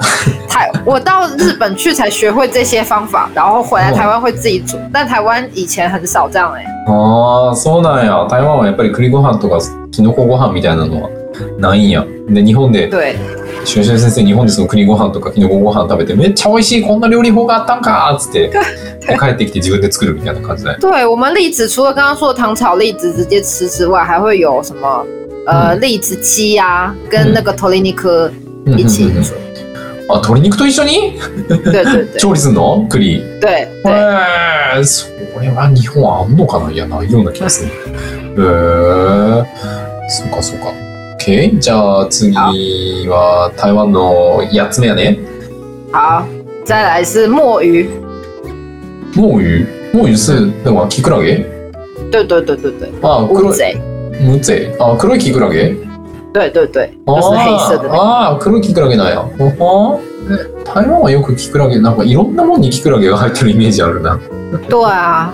Speaker 2: 台我到日本去才学会这些方法，然后回来
Speaker 1: 哦
Speaker 2: 台湾会自己煮，但台湾以前很少这样哎、
Speaker 1: ああ、そうなんや。台湾はやっぱり栗ご飯とかきのこご飯みたいなのはないんや。で日本で
Speaker 2: 对
Speaker 1: シュンシュン先生日本でその栗ご飯とかきのこご飯食べてめっちゃ美味しいこんな料理法があったんかっつ <laughs> ってで帰ってきて自分で作るみたいな感じだよ。
Speaker 2: 对，我们栗子除了刚刚说的糖炒栗子直接吃之外，还会有什么
Speaker 1: 嗯
Speaker 2: 呃、栗子鸡啊，跟那个头里尼科
Speaker 1: うんうんうん
Speaker 2: 一起
Speaker 1: うん
Speaker 2: 煮。
Speaker 1: あ鶏肉と一緒に
Speaker 2: 对对对
Speaker 1: 調理するの栗。へ
Speaker 2: 对对，
Speaker 1: えそれは日本はあんのかないやないような気がする。へえそうかそうか。OK じゃあ次は台湾の8つ目やね。
Speaker 2: 好，再来是墨鱼。
Speaker 1: もうゆもうゆすだからキクラゲ
Speaker 2: 对对对对对，
Speaker 1: あ
Speaker 2: 乌
Speaker 1: 黒い
Speaker 2: 贼。
Speaker 1: ムゼあ黒いキクラゲ
Speaker 2: 对对对，
Speaker 1: あ
Speaker 2: 就是黑色的
Speaker 1: ー
Speaker 2: 那个。
Speaker 1: あー黒いキクラゲなんや。ほほー台湾はよくキクラゲなんかいろんなもんにキクラゲが入ってるイメージあるな。
Speaker 2: 对啊，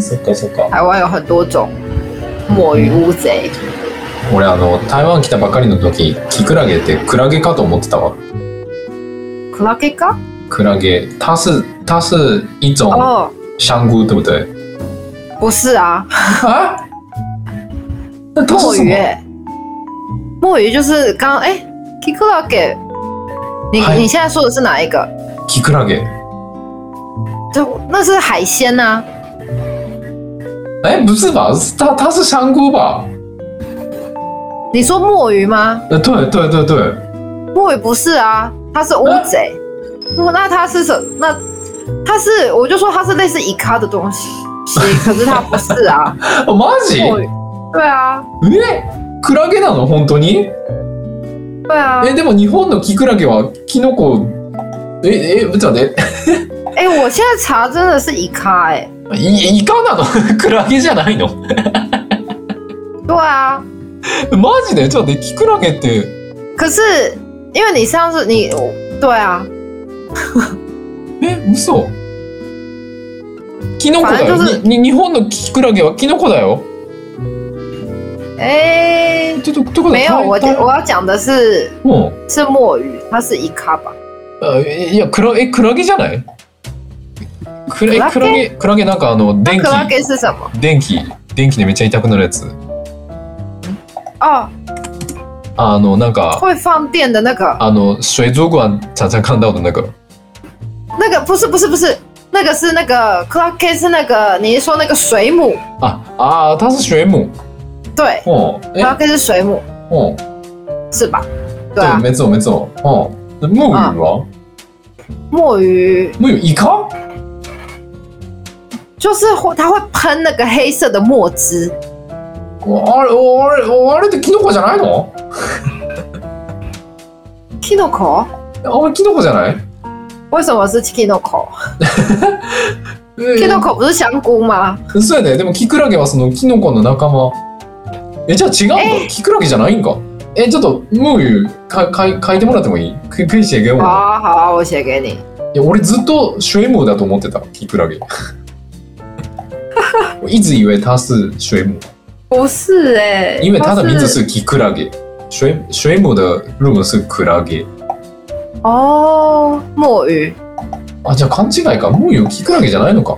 Speaker 1: そっかそっか。
Speaker 2: 台湾有很多种墨
Speaker 1: 嗯
Speaker 2: 鱼乌贼。
Speaker 1: 俺あの台湾来たばかりの時キクラゲってクラゲかと思ってたわ。
Speaker 2: 克拉克嘎
Speaker 1: クラゲ。它是它是一种
Speaker 2: 哦，
Speaker 1: 香菇对不对？
Speaker 2: 不是啊，
Speaker 1: 啊？那它
Speaker 2: 墨
Speaker 1: 是什
Speaker 2: 鱼、
Speaker 1: 么？
Speaker 2: 欸，墨鱼就是刚刚哎，克拉克。你
Speaker 1: 嗨
Speaker 2: 你现在说的是哪一个？
Speaker 1: キクラゲ。
Speaker 2: 就那是海鲜啊呐、
Speaker 1: 哎，不是吧？是它它是香菇吧？
Speaker 2: 你说墨鱼吗？
Speaker 1: 呃，对对对对。
Speaker 2: 墨鱼不是啊，它是乌贼。那那它是什？那它是我就说它是类似乙咖的东西，可是它不是啊。
Speaker 1: あマジ？
Speaker 2: 墨鱼。 <laughs> 对啊，
Speaker 1: え？クラゲなの本当に？
Speaker 2: 对啊。
Speaker 1: えでも日本のキクラゲはキノコええちょっと待って
Speaker 2: 哎、我现在查真的是乙咖哎、
Speaker 1: いイカなの <laughs> クラゲじゃないの
Speaker 2: 对啊，
Speaker 1: マジでちょっと待ってキクラゲって
Speaker 2: 可是因为你上次你我对啊，
Speaker 1: え嘘キノコだよ、
Speaker 2: あれ就是
Speaker 1: にに日本のキクラゲはキノコだよ
Speaker 2: 哎、
Speaker 1: ちょっとどこだ
Speaker 2: 没有，我
Speaker 1: 台
Speaker 2: 我要讲的是
Speaker 1: うん
Speaker 2: 是墨鱼，它是乙咖吧？
Speaker 1: あえいやクラえクラゲじゃないクラえク
Speaker 2: ク
Speaker 1: ラ
Speaker 2: ラ
Speaker 1: ゲクラゲなんかあの電
Speaker 2: 克拉
Speaker 1: 気
Speaker 2: 给是什么？
Speaker 1: 電気電気でめっちゃ痛くなるやつ
Speaker 2: 哦，
Speaker 1: あのなんか
Speaker 2: 会放电的那个，
Speaker 1: あの水族館常常看到的那个
Speaker 2: 那个不是不是不是，那个是那个克拉 K 是那个，你是说那个水母？
Speaker 1: ああー它是水母
Speaker 2: 对，
Speaker 1: 哦，
Speaker 2: 克拉
Speaker 1: 哎，
Speaker 2: K 是水母
Speaker 1: 哦，
Speaker 2: 是吧？对
Speaker 1: 对
Speaker 2: 啊，，
Speaker 1: 没错没错，哦，那木鱼哦，
Speaker 2: 墨鱼
Speaker 1: 木鱼一康，
Speaker 2: 就是会它会喷那个黑色的墨汁，
Speaker 1: 我あれ我あれ我あれってキノコじゃないの？
Speaker 2: キノコ？
Speaker 1: あれキノコじゃない？
Speaker 2: 我为什么是 kinoko？kinoko
Speaker 1: うん
Speaker 2: 不是香菇吗？
Speaker 1: そうやね。でもキクラゲはそのキノコの仲間。え、じゃあ違うんだ。キクラゲじゃないんか。え、ちょっと、ムーユー、か、かい、書いてもらってもいいクイクイしてゲオ
Speaker 2: 好
Speaker 1: ン。
Speaker 2: 啊好啊，我写给你。
Speaker 1: いや、俺ずっとシュエムーだと思ってた。キクラゲ。いつ以为他是水母，
Speaker 2: 不是哎、
Speaker 1: 因为他的名字
Speaker 2: 它
Speaker 1: 是キクラゲ。水水母的日文是クラゲ。
Speaker 2: 哦墨鱼，
Speaker 1: あ、じゃあ勘違いか。ムーユーキクラゲじゃないのか。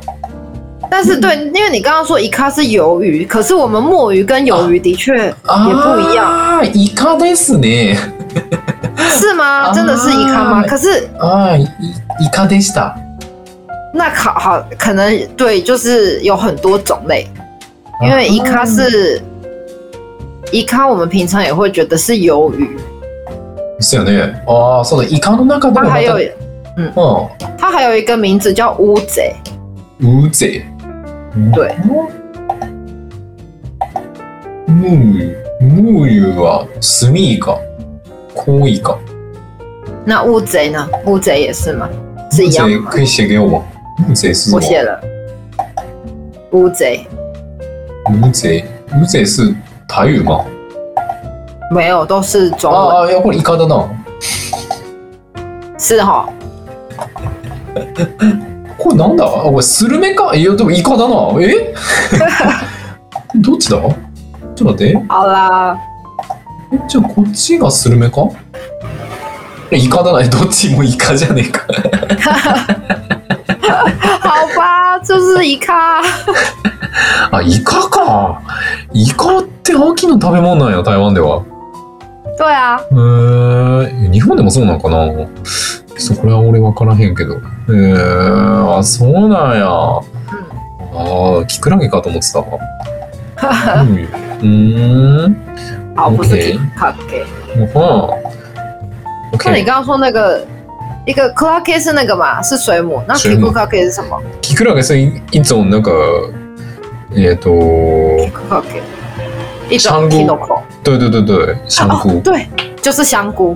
Speaker 2: 但是对，
Speaker 1: 嗯
Speaker 2: 因为你刚刚说一卡是鱿鱼，可是我们墨鱼跟鱿
Speaker 1: 啊
Speaker 2: 鱼的确、也不一样
Speaker 1: あーイカですね。
Speaker 2: 是吗？
Speaker 1: 啊
Speaker 2: 真的是一卡吗？可是
Speaker 1: あーイイカでした。
Speaker 2: 那考好可能对，就是有很多种类，
Speaker 1: 啊
Speaker 2: 因为一卡是。一卡我们平常也会觉得是鱿鱼，
Speaker 1: ですよね。ああ、そうだ。イカの中でも
Speaker 2: 它还有
Speaker 1: う
Speaker 2: 它还有一个名字叫乌贼，
Speaker 1: ん、ウゼ。
Speaker 2: 对
Speaker 1: ムーユ。ムーユはスミイカ、コウイカ。
Speaker 2: 那乌贼呢？乌贼也是吗？是一
Speaker 1: ウ
Speaker 2: 样
Speaker 1: ゼ
Speaker 2: 吗？
Speaker 1: 可以写给我吗？ウゼ是什
Speaker 2: 我
Speaker 1: 么？
Speaker 2: 写了乌贼，
Speaker 1: ウゼ。ウゼ是台语吗？
Speaker 2: 没有，都是中文。
Speaker 1: ああ、やっぱりイカだな。
Speaker 2: 是哈，
Speaker 1: これなんだあこれスルメかいや、でもイカだな。 <laughs> えどっちだちょっと待って。
Speaker 2: 好啦，
Speaker 1: えじゃあこっちがスルメかえイカだなえ <laughs> どっちもイカじゃねえか
Speaker 2: 好吧， <laughs> 就是一咖。
Speaker 1: あイカかイカって秋の食べ物なんや台湾では
Speaker 2: 对啊，
Speaker 1: へえ日本でもそうなんかなそこは俺分からへんけどへえあそうなんやあーキクラゲかと思ってたわ <laughs> うんうーん
Speaker 2: 好，不是
Speaker 1: OK
Speaker 2: King c l a k
Speaker 1: はあ
Speaker 2: 那你
Speaker 1: OK
Speaker 2: 刚刚说那个一个 c l a k 是那个嘛？是水母，那
Speaker 1: 水
Speaker 2: King
Speaker 1: 母
Speaker 2: c l a k 是什么
Speaker 1: キクラゲさんいいつもなんかえっ、と
Speaker 2: c l a k 一
Speaker 1: 香
Speaker 2: 种
Speaker 1: 菇
Speaker 2: kinoko，
Speaker 1: 对对对对香菇、
Speaker 2: 哦对，就是香菇。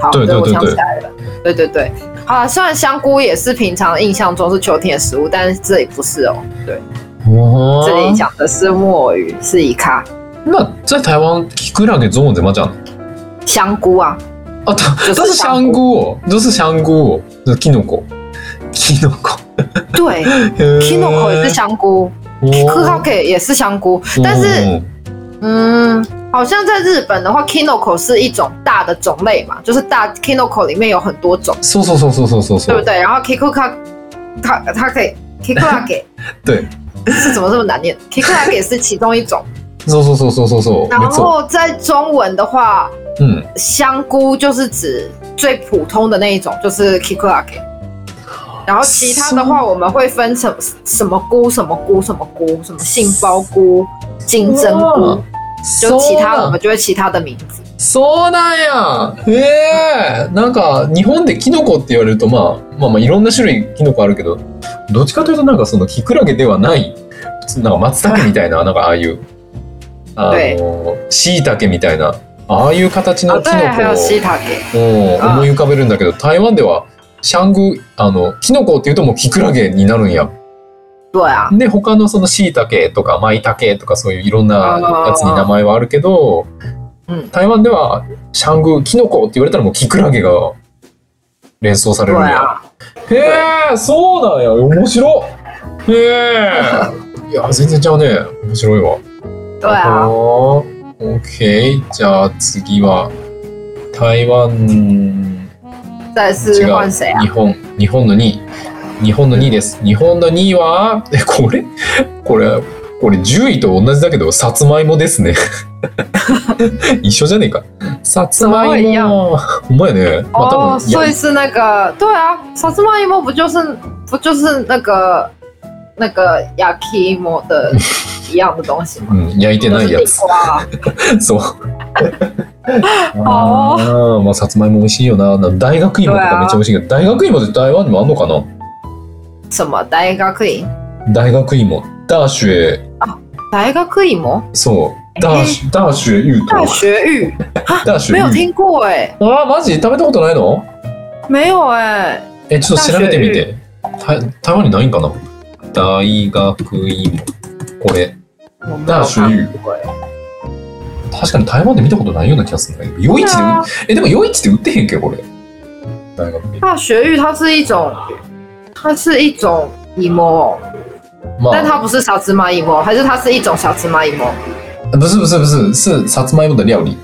Speaker 2: 好，
Speaker 1: 对对
Speaker 2: 我
Speaker 1: 对
Speaker 2: 想起
Speaker 1: 对
Speaker 2: 来了，对对对。好啦，虽然香菇也是平常印象中是秋天的食物，但是这里不是哦，
Speaker 1: 哦
Speaker 2: 这里讲的是墨鱼，是一咖
Speaker 1: 那在台湾キクラゲ中文怎么讲？
Speaker 2: 香菇啊。
Speaker 1: 啊，它
Speaker 2: 就是
Speaker 1: 它是 <laughs> 香菇哦，都是香菇哦，那キノコ，キノコ， <laughs>
Speaker 2: 对，kinoko 也是香菇。
Speaker 1: キ
Speaker 2: k o k 也是香菇，
Speaker 1: 哦
Speaker 2: 但是嗯，好像在日本的话，kinoko 是一种大的种类嘛，就是大 kinoko 里面有很多种，
Speaker 1: そうそうそうそうそうそうそ
Speaker 2: 对不
Speaker 1: う。
Speaker 2: 对？然后 kikuka，它它可以
Speaker 1: <laughs>
Speaker 2: kikurage
Speaker 1: 对，
Speaker 2: 是怎么这么难念
Speaker 1: <laughs>
Speaker 2: ？kikurage 是其中一种，
Speaker 1: そうそうそうそうそうそう。
Speaker 2: 然
Speaker 1: 没错，
Speaker 2: 后在中文的话，
Speaker 1: 嗯，
Speaker 2: 香菇就是指最普通的那一种，就是 kikurage。然后其他的话，我们会分成什么菇、什么菇、什么菇、什么杏鲍菇、金针菇。
Speaker 1: そ
Speaker 2: 就
Speaker 1: う
Speaker 2: 其他
Speaker 1: な
Speaker 2: 我
Speaker 1: ん
Speaker 2: 们就会其他的名字。
Speaker 1: そうなんや。ええ、なんか日本でキノコって言われるとまあまあまあいろんな種類キノコあるけど、どっちかというとなんかそのキクラゲではない、普通なんか松茸みたいななんかああいうあの椎茸みたいなああいう形の
Speaker 2: 哦，
Speaker 1: キ
Speaker 2: 对，还有西
Speaker 1: ノ
Speaker 2: 塔给。
Speaker 1: コをうん
Speaker 2: あ
Speaker 1: 思い浮かべるんだけど、台湾ではシャングあのキノコっていうともうキクラゲになるんや。
Speaker 2: 对啊，
Speaker 1: で他のその椎茸とか舞茸とかそういういろんなやつに名前はあるけど、
Speaker 2: うん
Speaker 1: 台湾ではシャングーキノコって言われたらもうキクラゲが連想され
Speaker 2: 对
Speaker 1: るんや。
Speaker 2: 啊，
Speaker 1: へえそうなんや面白いへ
Speaker 2: <laughs>
Speaker 1: えいや全然ちゃうね面白いわ。
Speaker 2: 对
Speaker 1: 哦
Speaker 2: 啊。
Speaker 1: オッケーじゃあ次は台湾
Speaker 2: 再
Speaker 1: 違
Speaker 2: 是
Speaker 1: う
Speaker 2: 换谁啊？
Speaker 1: 日本日本の2位日本の2位です日本の2位はえこれこれこれ10位と同じだけどさつまいもですね一緒じゃねえかさつまい
Speaker 2: すごいいや
Speaker 1: もほんまやねまあ
Speaker 2: 哦，
Speaker 1: 多分いや
Speaker 2: 所以是那个，对啊，萨斯曼一摸不就是不就是那个那个 yakimo 的一样的东
Speaker 1: <laughs>
Speaker 2: 西吗？
Speaker 1: うん、焼いて
Speaker 2: 就
Speaker 1: な
Speaker 2: 是
Speaker 1: いや
Speaker 2: 地
Speaker 1: つ
Speaker 2: 瓜啊。
Speaker 1: <laughs> そう
Speaker 2: あ
Speaker 1: あーまあさつまいも美味しいよなな大学芋とかめっちゃ美味しいけど大学芋って台湾にもあんのかな
Speaker 2: 什么大学芋？
Speaker 1: 大学芋大学
Speaker 2: 大学芋？
Speaker 1: そう大学大学芋
Speaker 2: 大
Speaker 1: 頭
Speaker 2: 学芋？
Speaker 1: 大学
Speaker 2: 没有
Speaker 1: 芋
Speaker 2: 听过哎，
Speaker 1: あーマジ食べたことないの
Speaker 2: 没有哎，
Speaker 1: え、ちょっと調べてみて。台台湾にないんかな大学芋。これ。
Speaker 2: 我没
Speaker 1: 那
Speaker 2: 有
Speaker 1: 属于
Speaker 2: 看过欸耶。
Speaker 1: 確かに台湾で見たことないような気がするんだけど。夜市で
Speaker 2: 对啊
Speaker 1: 売、え、でも夜市で売ってへんけど、これ。大学芋。
Speaker 2: 大学芋它是一种，它是一种芋哦，
Speaker 1: ま
Speaker 2: 但
Speaker 1: あ、
Speaker 2: 它不是小芝麻芋哦，还是它是一种小芝麻芋哦？
Speaker 1: 不是不是不是、是さつまいも的料理。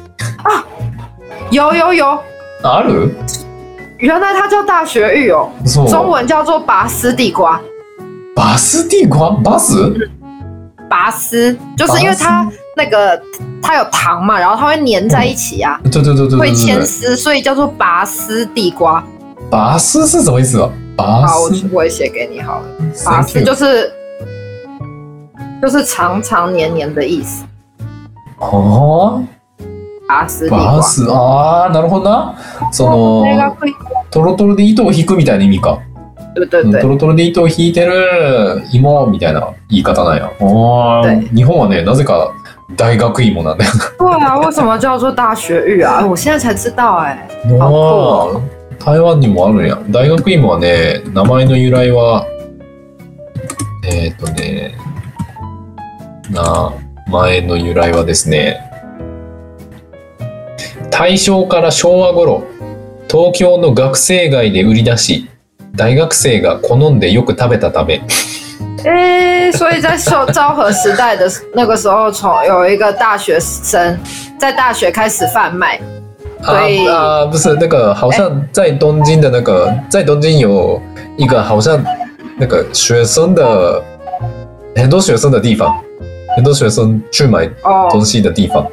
Speaker 2: 有有有，
Speaker 1: ある
Speaker 2: 原来它叫大学芋哦，
Speaker 1: そう。
Speaker 2: 中文叫做拔丝地瓜。
Speaker 1: バス地瓜バス
Speaker 2: 拔丝就是因为它那个它有糖嘛，然后它会粘在一起啊，
Speaker 1: 对对对对对
Speaker 2: 会
Speaker 1: 对
Speaker 2: 牵
Speaker 1: 对。
Speaker 2: 丝，所以叫做拔丝地瓜。
Speaker 1: バス是什么意思啊バ
Speaker 2: 好，我
Speaker 1: ス
Speaker 2: 我也写给你好了。拔
Speaker 1: Thank
Speaker 2: 丝
Speaker 1: you
Speaker 2: 就是就是长长黏黏的意思，
Speaker 1: あ
Speaker 2: 拔丝
Speaker 1: ー
Speaker 2: 哦地瓜
Speaker 1: バ。スあーなるほどなそ
Speaker 2: 那个
Speaker 1: の
Speaker 2: 会
Speaker 1: トロトロで糸を引くみたいな意味か
Speaker 2: 对对
Speaker 1: ト
Speaker 2: 对，
Speaker 1: ロトロで糸を引いてる芋みたいな言い方なんやあ
Speaker 2: 对
Speaker 1: ー日本はねなぜか大学芋なんだよ
Speaker 2: 对啊，为什么叫做大学芋啊？我现在才知道哎、
Speaker 1: あ
Speaker 2: あ
Speaker 1: ー台湾にもあるんや大学芋はね名前の由来はえっ、ー、とね名前の由来はですね大正から昭和頃東京の学生街で売り出し大学生が好んでよく食べたため
Speaker 2: 诶，所以在昭昭和时代的那个时候，从有一个大学生在大学开始贩卖，
Speaker 1: 啊
Speaker 2: 对
Speaker 1: 啊，不是那个，好像在东京的那个，在东京有一个好像那个学生的很多学生的地方，很多学生去买
Speaker 2: 哦
Speaker 1: 东西的地方，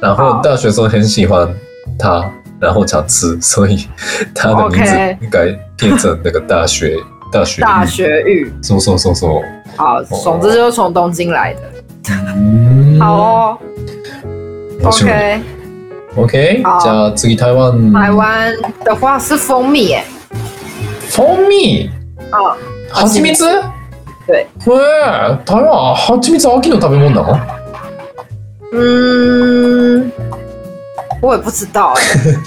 Speaker 1: 然后
Speaker 2: 好
Speaker 1: 大学生很喜欢它，然后想吃，所以它的名字
Speaker 2: OK
Speaker 1: 应该变成那个大学大学
Speaker 2: 大学芋。
Speaker 1: 搜搜搜搜，哦
Speaker 2: 好，总之就是从东京来的。
Speaker 1: 嗯，
Speaker 2: 好哦
Speaker 1: 面白いね
Speaker 2: ，OK。
Speaker 1: 嗯，OK，
Speaker 2: 好
Speaker 1: じゃあ次台湾，
Speaker 2: 台湾的话是蜂蜜，哎，
Speaker 1: 蜂蜜。
Speaker 2: 哦，
Speaker 1: 蜂蜜
Speaker 2: 对。
Speaker 1: へえ、台湾、蜂蜜は秋の食べ物なの
Speaker 2: 嗯，我也不知道，哎，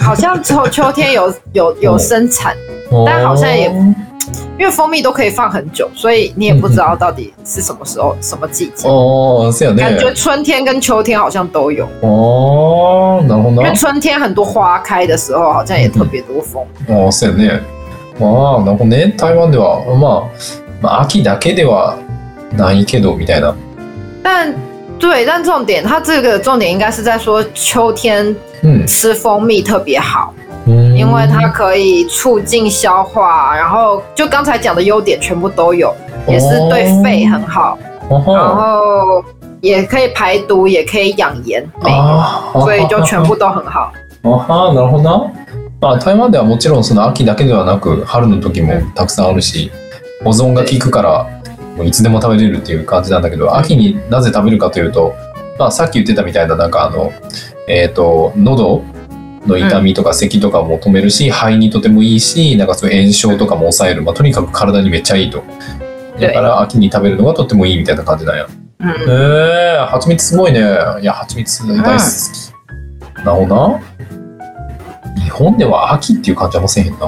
Speaker 2: 好像秋秋天有有
Speaker 1: 哦
Speaker 2: 有生产，但好像也因为蜂蜜都可以放很久，所以你也不知道到底是什么时候、什么季节。
Speaker 1: 嗯哦，そうや
Speaker 2: 感觉
Speaker 1: ね。
Speaker 2: 春天跟秋天好像都有，
Speaker 1: 哦、なるほど
Speaker 2: 因
Speaker 1: な
Speaker 2: 为。春天很多花开的时候，好像也特别多蜂。
Speaker 1: ああ、そうやね。まあ、なるほどね。台湾では、まあ、まあ、秋だけではないけど、みたいな。
Speaker 2: 但对，但重点，它这个重点应该是在说秋天
Speaker 1: うん。
Speaker 2: 吃蜂蜜特别好，
Speaker 1: うん
Speaker 2: 因为它可以促进消化，然后就刚才讲的优点全部都有，也是对肺很好，
Speaker 1: あ
Speaker 2: 然
Speaker 1: は
Speaker 2: 后也可以排毒，也可以养颜美容，
Speaker 1: あー
Speaker 2: 所以就全部都很好。
Speaker 1: あはなるほどな。まあ、台湾ではもちろんその秋だけではなく春の時もたくさんあるし保存が効くからもういつでも食べれるっていう感じなんだけど秋になぜ食べるかというと、まあ、さっき言ってたみたいななんかあの、えー、と喉の痛みとか咳とかも止めるし、肺にとてもいいしなんかそういう炎症とかも抑える、まあ、とにかく体にめっちゃいいと。だから秋に食べるのがとってもいいみたいな感じなんや。
Speaker 2: 嗯，
Speaker 1: へえ蜂蜜すごいね。いや、蜂蜜大好き。なおな。日本では秋っていう感じはもせへんな。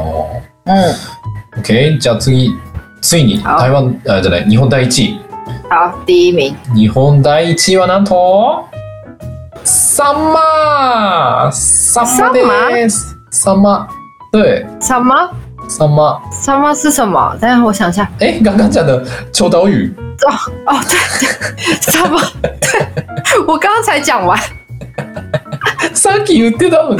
Speaker 2: 嗯，
Speaker 1: OK、じゃあ次、ついに
Speaker 2: 好
Speaker 1: 台湾、あ、じゃない、日本第一位。
Speaker 2: 好，第一名。
Speaker 1: 日本第一位はなんと、サンマサンマです。サンマ。对、
Speaker 2: 什么？
Speaker 1: サンマ。
Speaker 2: 什么是什么？等一下我想一下。
Speaker 1: え、刚刚讲的秋刀鱼。
Speaker 2: 哦，对对，什么？对， <laughs> 我刚刚才讲完。
Speaker 1: さっき言ってたのに。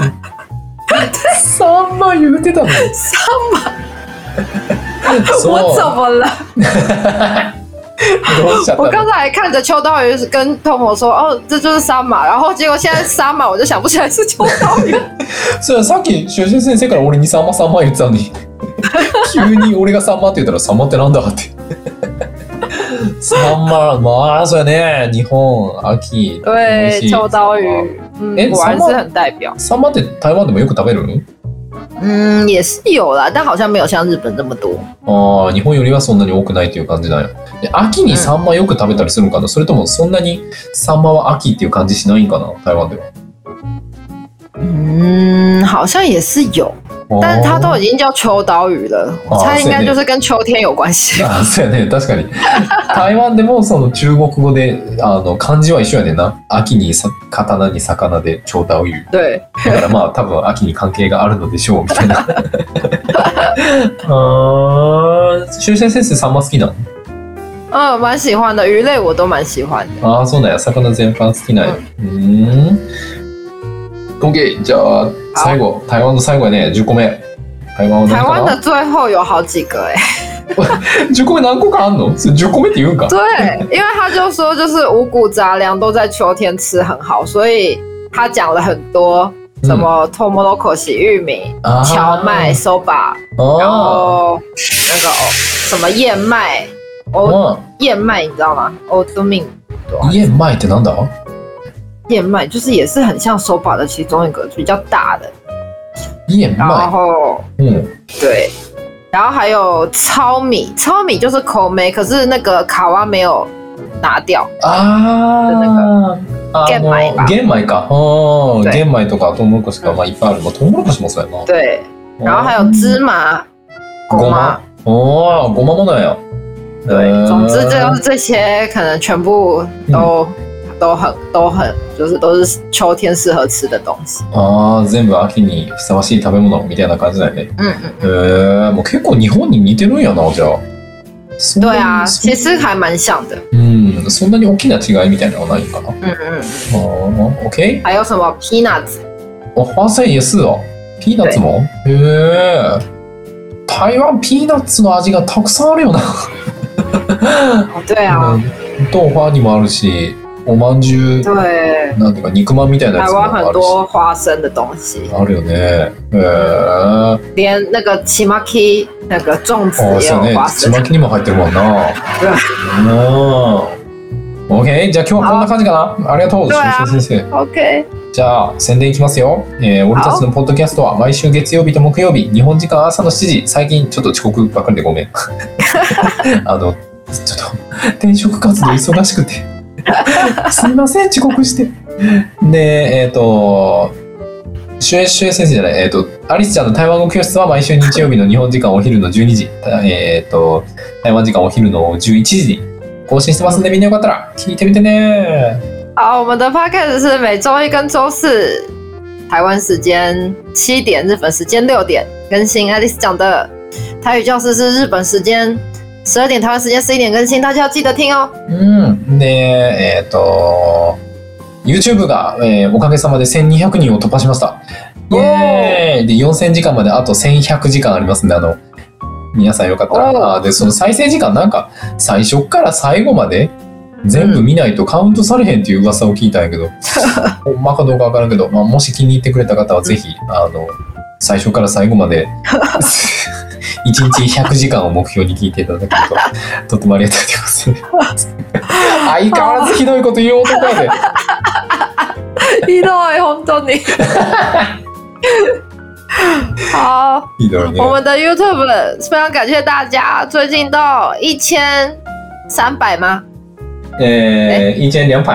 Speaker 1: サンマ言ってたのに。
Speaker 2: 什么？
Speaker 1: そう
Speaker 2: <laughs> 我怎么了？
Speaker 1: <laughs> どうしちゃった
Speaker 2: 我
Speaker 1: の
Speaker 2: 刚才还看着秋刀鱼跟通婆说，哦，这就是沙马，然后结果现在沙马我就想不起来是秋刀
Speaker 1: <laughs>
Speaker 2: 鱼。
Speaker 1: そうやさっき修士先生から俺に「さんまさんま」言ってたのに急に俺が「さんま」って言ったら「さんまってなんだ?」ってさんままあそうやね日本秋美味
Speaker 2: 对
Speaker 1: し，い
Speaker 2: 秋刀鱼，
Speaker 1: 诶
Speaker 2: 嗯，果
Speaker 1: 三
Speaker 2: 然
Speaker 1: 毛
Speaker 2: 是很代表。
Speaker 1: さんまって台湾でもよく食べるの
Speaker 2: 嗯，也是有啦，但好像没有像日本这么多。
Speaker 1: ああ日本よりはそんなに多くないという感じなんやで秋にさんまよく食べたりするのかな、それともそんなにさんまは秋っていう感じしないんかな台湾では
Speaker 2: 嗯，好像也是有，但是它都已经叫秋刀鱼了，
Speaker 1: 哦
Speaker 2: 我猜应该就是跟秋天有关系。
Speaker 1: あそうやね確 <laughs> かに台湾でもその中国語であの漢字は一緒やねんな秋にさ刀に魚で長太を言う
Speaker 2: 对，
Speaker 1: だからまあ多分秋に関係があるのでしょうみたい <laughs> なあー修正先生サンマ好きなの
Speaker 2: 嗯，蛮喜欢的，鱼类我都蛮喜欢的。
Speaker 1: ああそうなんや魚全般好きなんやうーん OK じゃあ最後台湾の最後やね10個目台湾は
Speaker 2: 台
Speaker 1: 何
Speaker 2: 湾
Speaker 1: か
Speaker 2: 的
Speaker 1: な
Speaker 2: 最后有好几个哎、
Speaker 1: 10個目何個かあんのそれ10個目って言うんか
Speaker 2: 对，因为他就说就是五谷杂粮都在秋天吃很好，所以他讲了很多什么 t o m o r o k o s 玉米、
Speaker 1: あー
Speaker 2: 荞麦、soba，然
Speaker 1: 哦あ
Speaker 2: 后那个哦什么燕麦，
Speaker 1: ー
Speaker 2: 哦，
Speaker 1: ま
Speaker 2: 燕麦你知道吗？哦，都命
Speaker 1: あ家前ってなんだ
Speaker 2: 燕麦就是也是很像 soba 的其中一个比较大的，
Speaker 1: 家
Speaker 2: 然
Speaker 1: 前
Speaker 2: 后
Speaker 1: うん。
Speaker 2: 对，然后还有糙米，糙米就是口梅，可是那个卡哇没有拿掉，
Speaker 1: ああ。
Speaker 2: 玄米
Speaker 1: あの
Speaker 2: か
Speaker 1: 玄米か。うん
Speaker 2: 对
Speaker 1: 玄米とかトウモロコシとか、まあ、いっぱいある。まあ、トウモロコシもそうやな。
Speaker 2: 对，
Speaker 1: 哦
Speaker 2: 然后还有芝麻、
Speaker 1: ご
Speaker 2: 果
Speaker 1: ま
Speaker 2: 麻。。
Speaker 1: おーごまもなんや。
Speaker 2: 对，
Speaker 1: へー
Speaker 2: 总之就是这些，可能全部都、都很都很，就是都是秋天适合吃的东西。
Speaker 1: ああ、全部秋にふさわしい食べ物みたいな感じだよね。
Speaker 2: 嗯嗯，
Speaker 1: へえ、もう結構日本に似てるんやな、じゃあ。そんな
Speaker 2: 对
Speaker 1: に
Speaker 2: 啊，
Speaker 1: そん
Speaker 2: 其实还蛮像的。
Speaker 1: うん、そんなに大きな違いみたいなのはないかな。あ
Speaker 2: 嗯嗯，
Speaker 1: あ、OK?
Speaker 2: 还有什么 peanuts？
Speaker 1: おはせいえすよ。ピーナッツもへえ。台湾ピーナッツの味がたくさんあるよな。
Speaker 2: 哦，对啊，
Speaker 1: うん豆花にもあるし、おまんじゅう、
Speaker 2: 对，
Speaker 1: なんていうか肉まんみたいなや
Speaker 2: 台
Speaker 1: つも
Speaker 2: 湾
Speaker 1: あ
Speaker 2: 很
Speaker 1: るし。
Speaker 2: 多花生的东西，
Speaker 1: あるよね。へえ。
Speaker 2: 连那个 chimaki 那个粽子
Speaker 1: ああ、
Speaker 2: 也有
Speaker 1: そうね
Speaker 2: 花。
Speaker 1: ち
Speaker 2: 生。
Speaker 1: まきにも入ってるもん <laughs> な。うん。OK。じゃあ今日はこんな感じかな。ありがとう、
Speaker 2: そうや
Speaker 1: 修正先生。
Speaker 2: OK，
Speaker 1: じゃあ宣伝いきますよ、えー俺たちのポッドキャストは毎週月曜日と木曜日日本時間朝の7時最近ちょっと遅刻ばっかりでごめんあのちょっと転職活動忙しくてすみません遅刻してでえっ、とシュエシュエ先生じゃない、えっとアリスちゃんの台湾語教室は毎週日曜日の日本時間お昼の12時、えっと台湾時間お昼の11時に更新してますんでみんなよかったら聞いてみてね
Speaker 2: 好，我们的 podcast 是每周一跟周四，台湾时间七点，日本时间六点更新。爱丽丝讲的台语教室是日本时间十二点，台湾时间十一点更新，大家要记得听哦。
Speaker 1: うん。で、えっ、と、YouTube が、えーおかげさまで1200人を突破しました。イ
Speaker 2: おー
Speaker 1: エーイで、4000時間まであと1100時間ありますんで、あの、皆さんよかった
Speaker 2: おー
Speaker 1: ら。あーで、その再生時間なんか、最初から最後まで全部見ないとカウントされへんっていう噂を聞いたんや <laughs> けど、ほんまかどうかわからんけど、まあ、もし気に入ってくれた方はぜひ、あの、最初から最後ま <laughs> で、1日100時間を目標に聞いていただけると、 <laughs> とてもありがたいでございます。 <laughs> 相変わらずひどいこと言う男やで。
Speaker 2: 一路红豆你。 <laughs> 好，
Speaker 1: ひどいね
Speaker 2: 我。们的 YouTube 非常感谢大家，最近到一千三百吗？
Speaker 1: えー、一円两杯。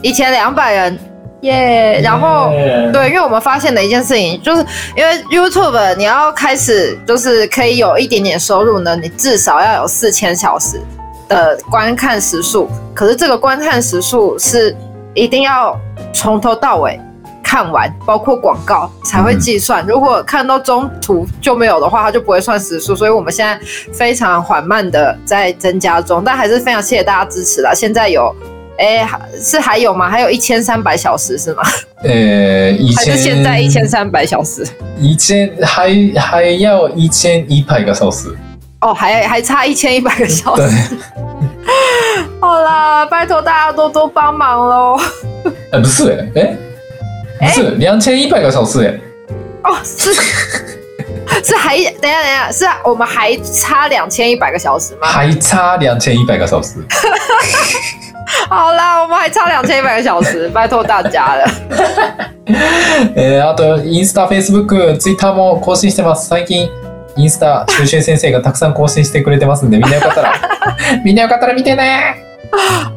Speaker 2: 一千两百人，耶、然后。
Speaker 1: えー
Speaker 2: 对，因为我们发现了一件事情，就是因为 YouTube 你要开始就是可以有一点点收入呢，你至少要有四千小时的观看时数。可是这个观看时数是一定要从头到尾看完，包括广告才会计算。如果看到中途就没有的话，它就不会算时数。所以我们现在非常缓慢的在增加中，但还是非常谢谢大家支持啦。现在有。哎，还是还有吗？还有一千三百小时是吗？
Speaker 1: えー、一
Speaker 2: 还是现在一千三百小时？
Speaker 1: 一円、はい、はい、やを一円一杯がサウ <laughs> ス。
Speaker 2: 哦，还还差一千一百个小时。
Speaker 1: 对，
Speaker 2: 好啦，拜托大家多多帮忙喽。
Speaker 1: 哎，不是哎，哎，不是两千一百个小时哎，
Speaker 2: 哦， <laughs> 是是还等一下等一下，是我们还差两千一百个小时吗？ <laughs>
Speaker 1: 还差两千一百个小时。
Speaker 2: 好啦，我们还差两千一百个小 <laughs> 时，拜托大家了。
Speaker 1: えー、あとインスタ、フェイスブック、ツイッターも更新してます。最近インスタ修正先生がたくさん更新してくれてますんで、みんなよかったら <laughs> みんなよかったら見てね。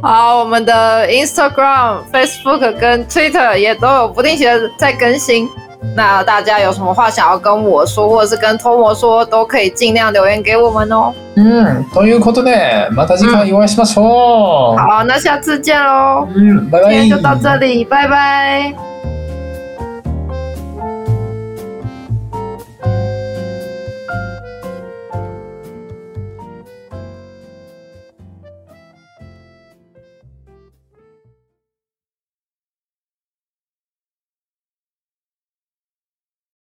Speaker 2: 好，我们的 Instagram、Facebook 跟 Twitter 也都有不定期的在更新。那大家有什么话想要跟我说，或者是跟托摩说，都可以尽量留言给我们哦。
Speaker 1: うん、ということで、また次回お会いしましょ
Speaker 2: 好，那下次见喽，
Speaker 1: う。うん、バイ
Speaker 2: 今
Speaker 1: バイ。
Speaker 2: 天就到这里，拜拜。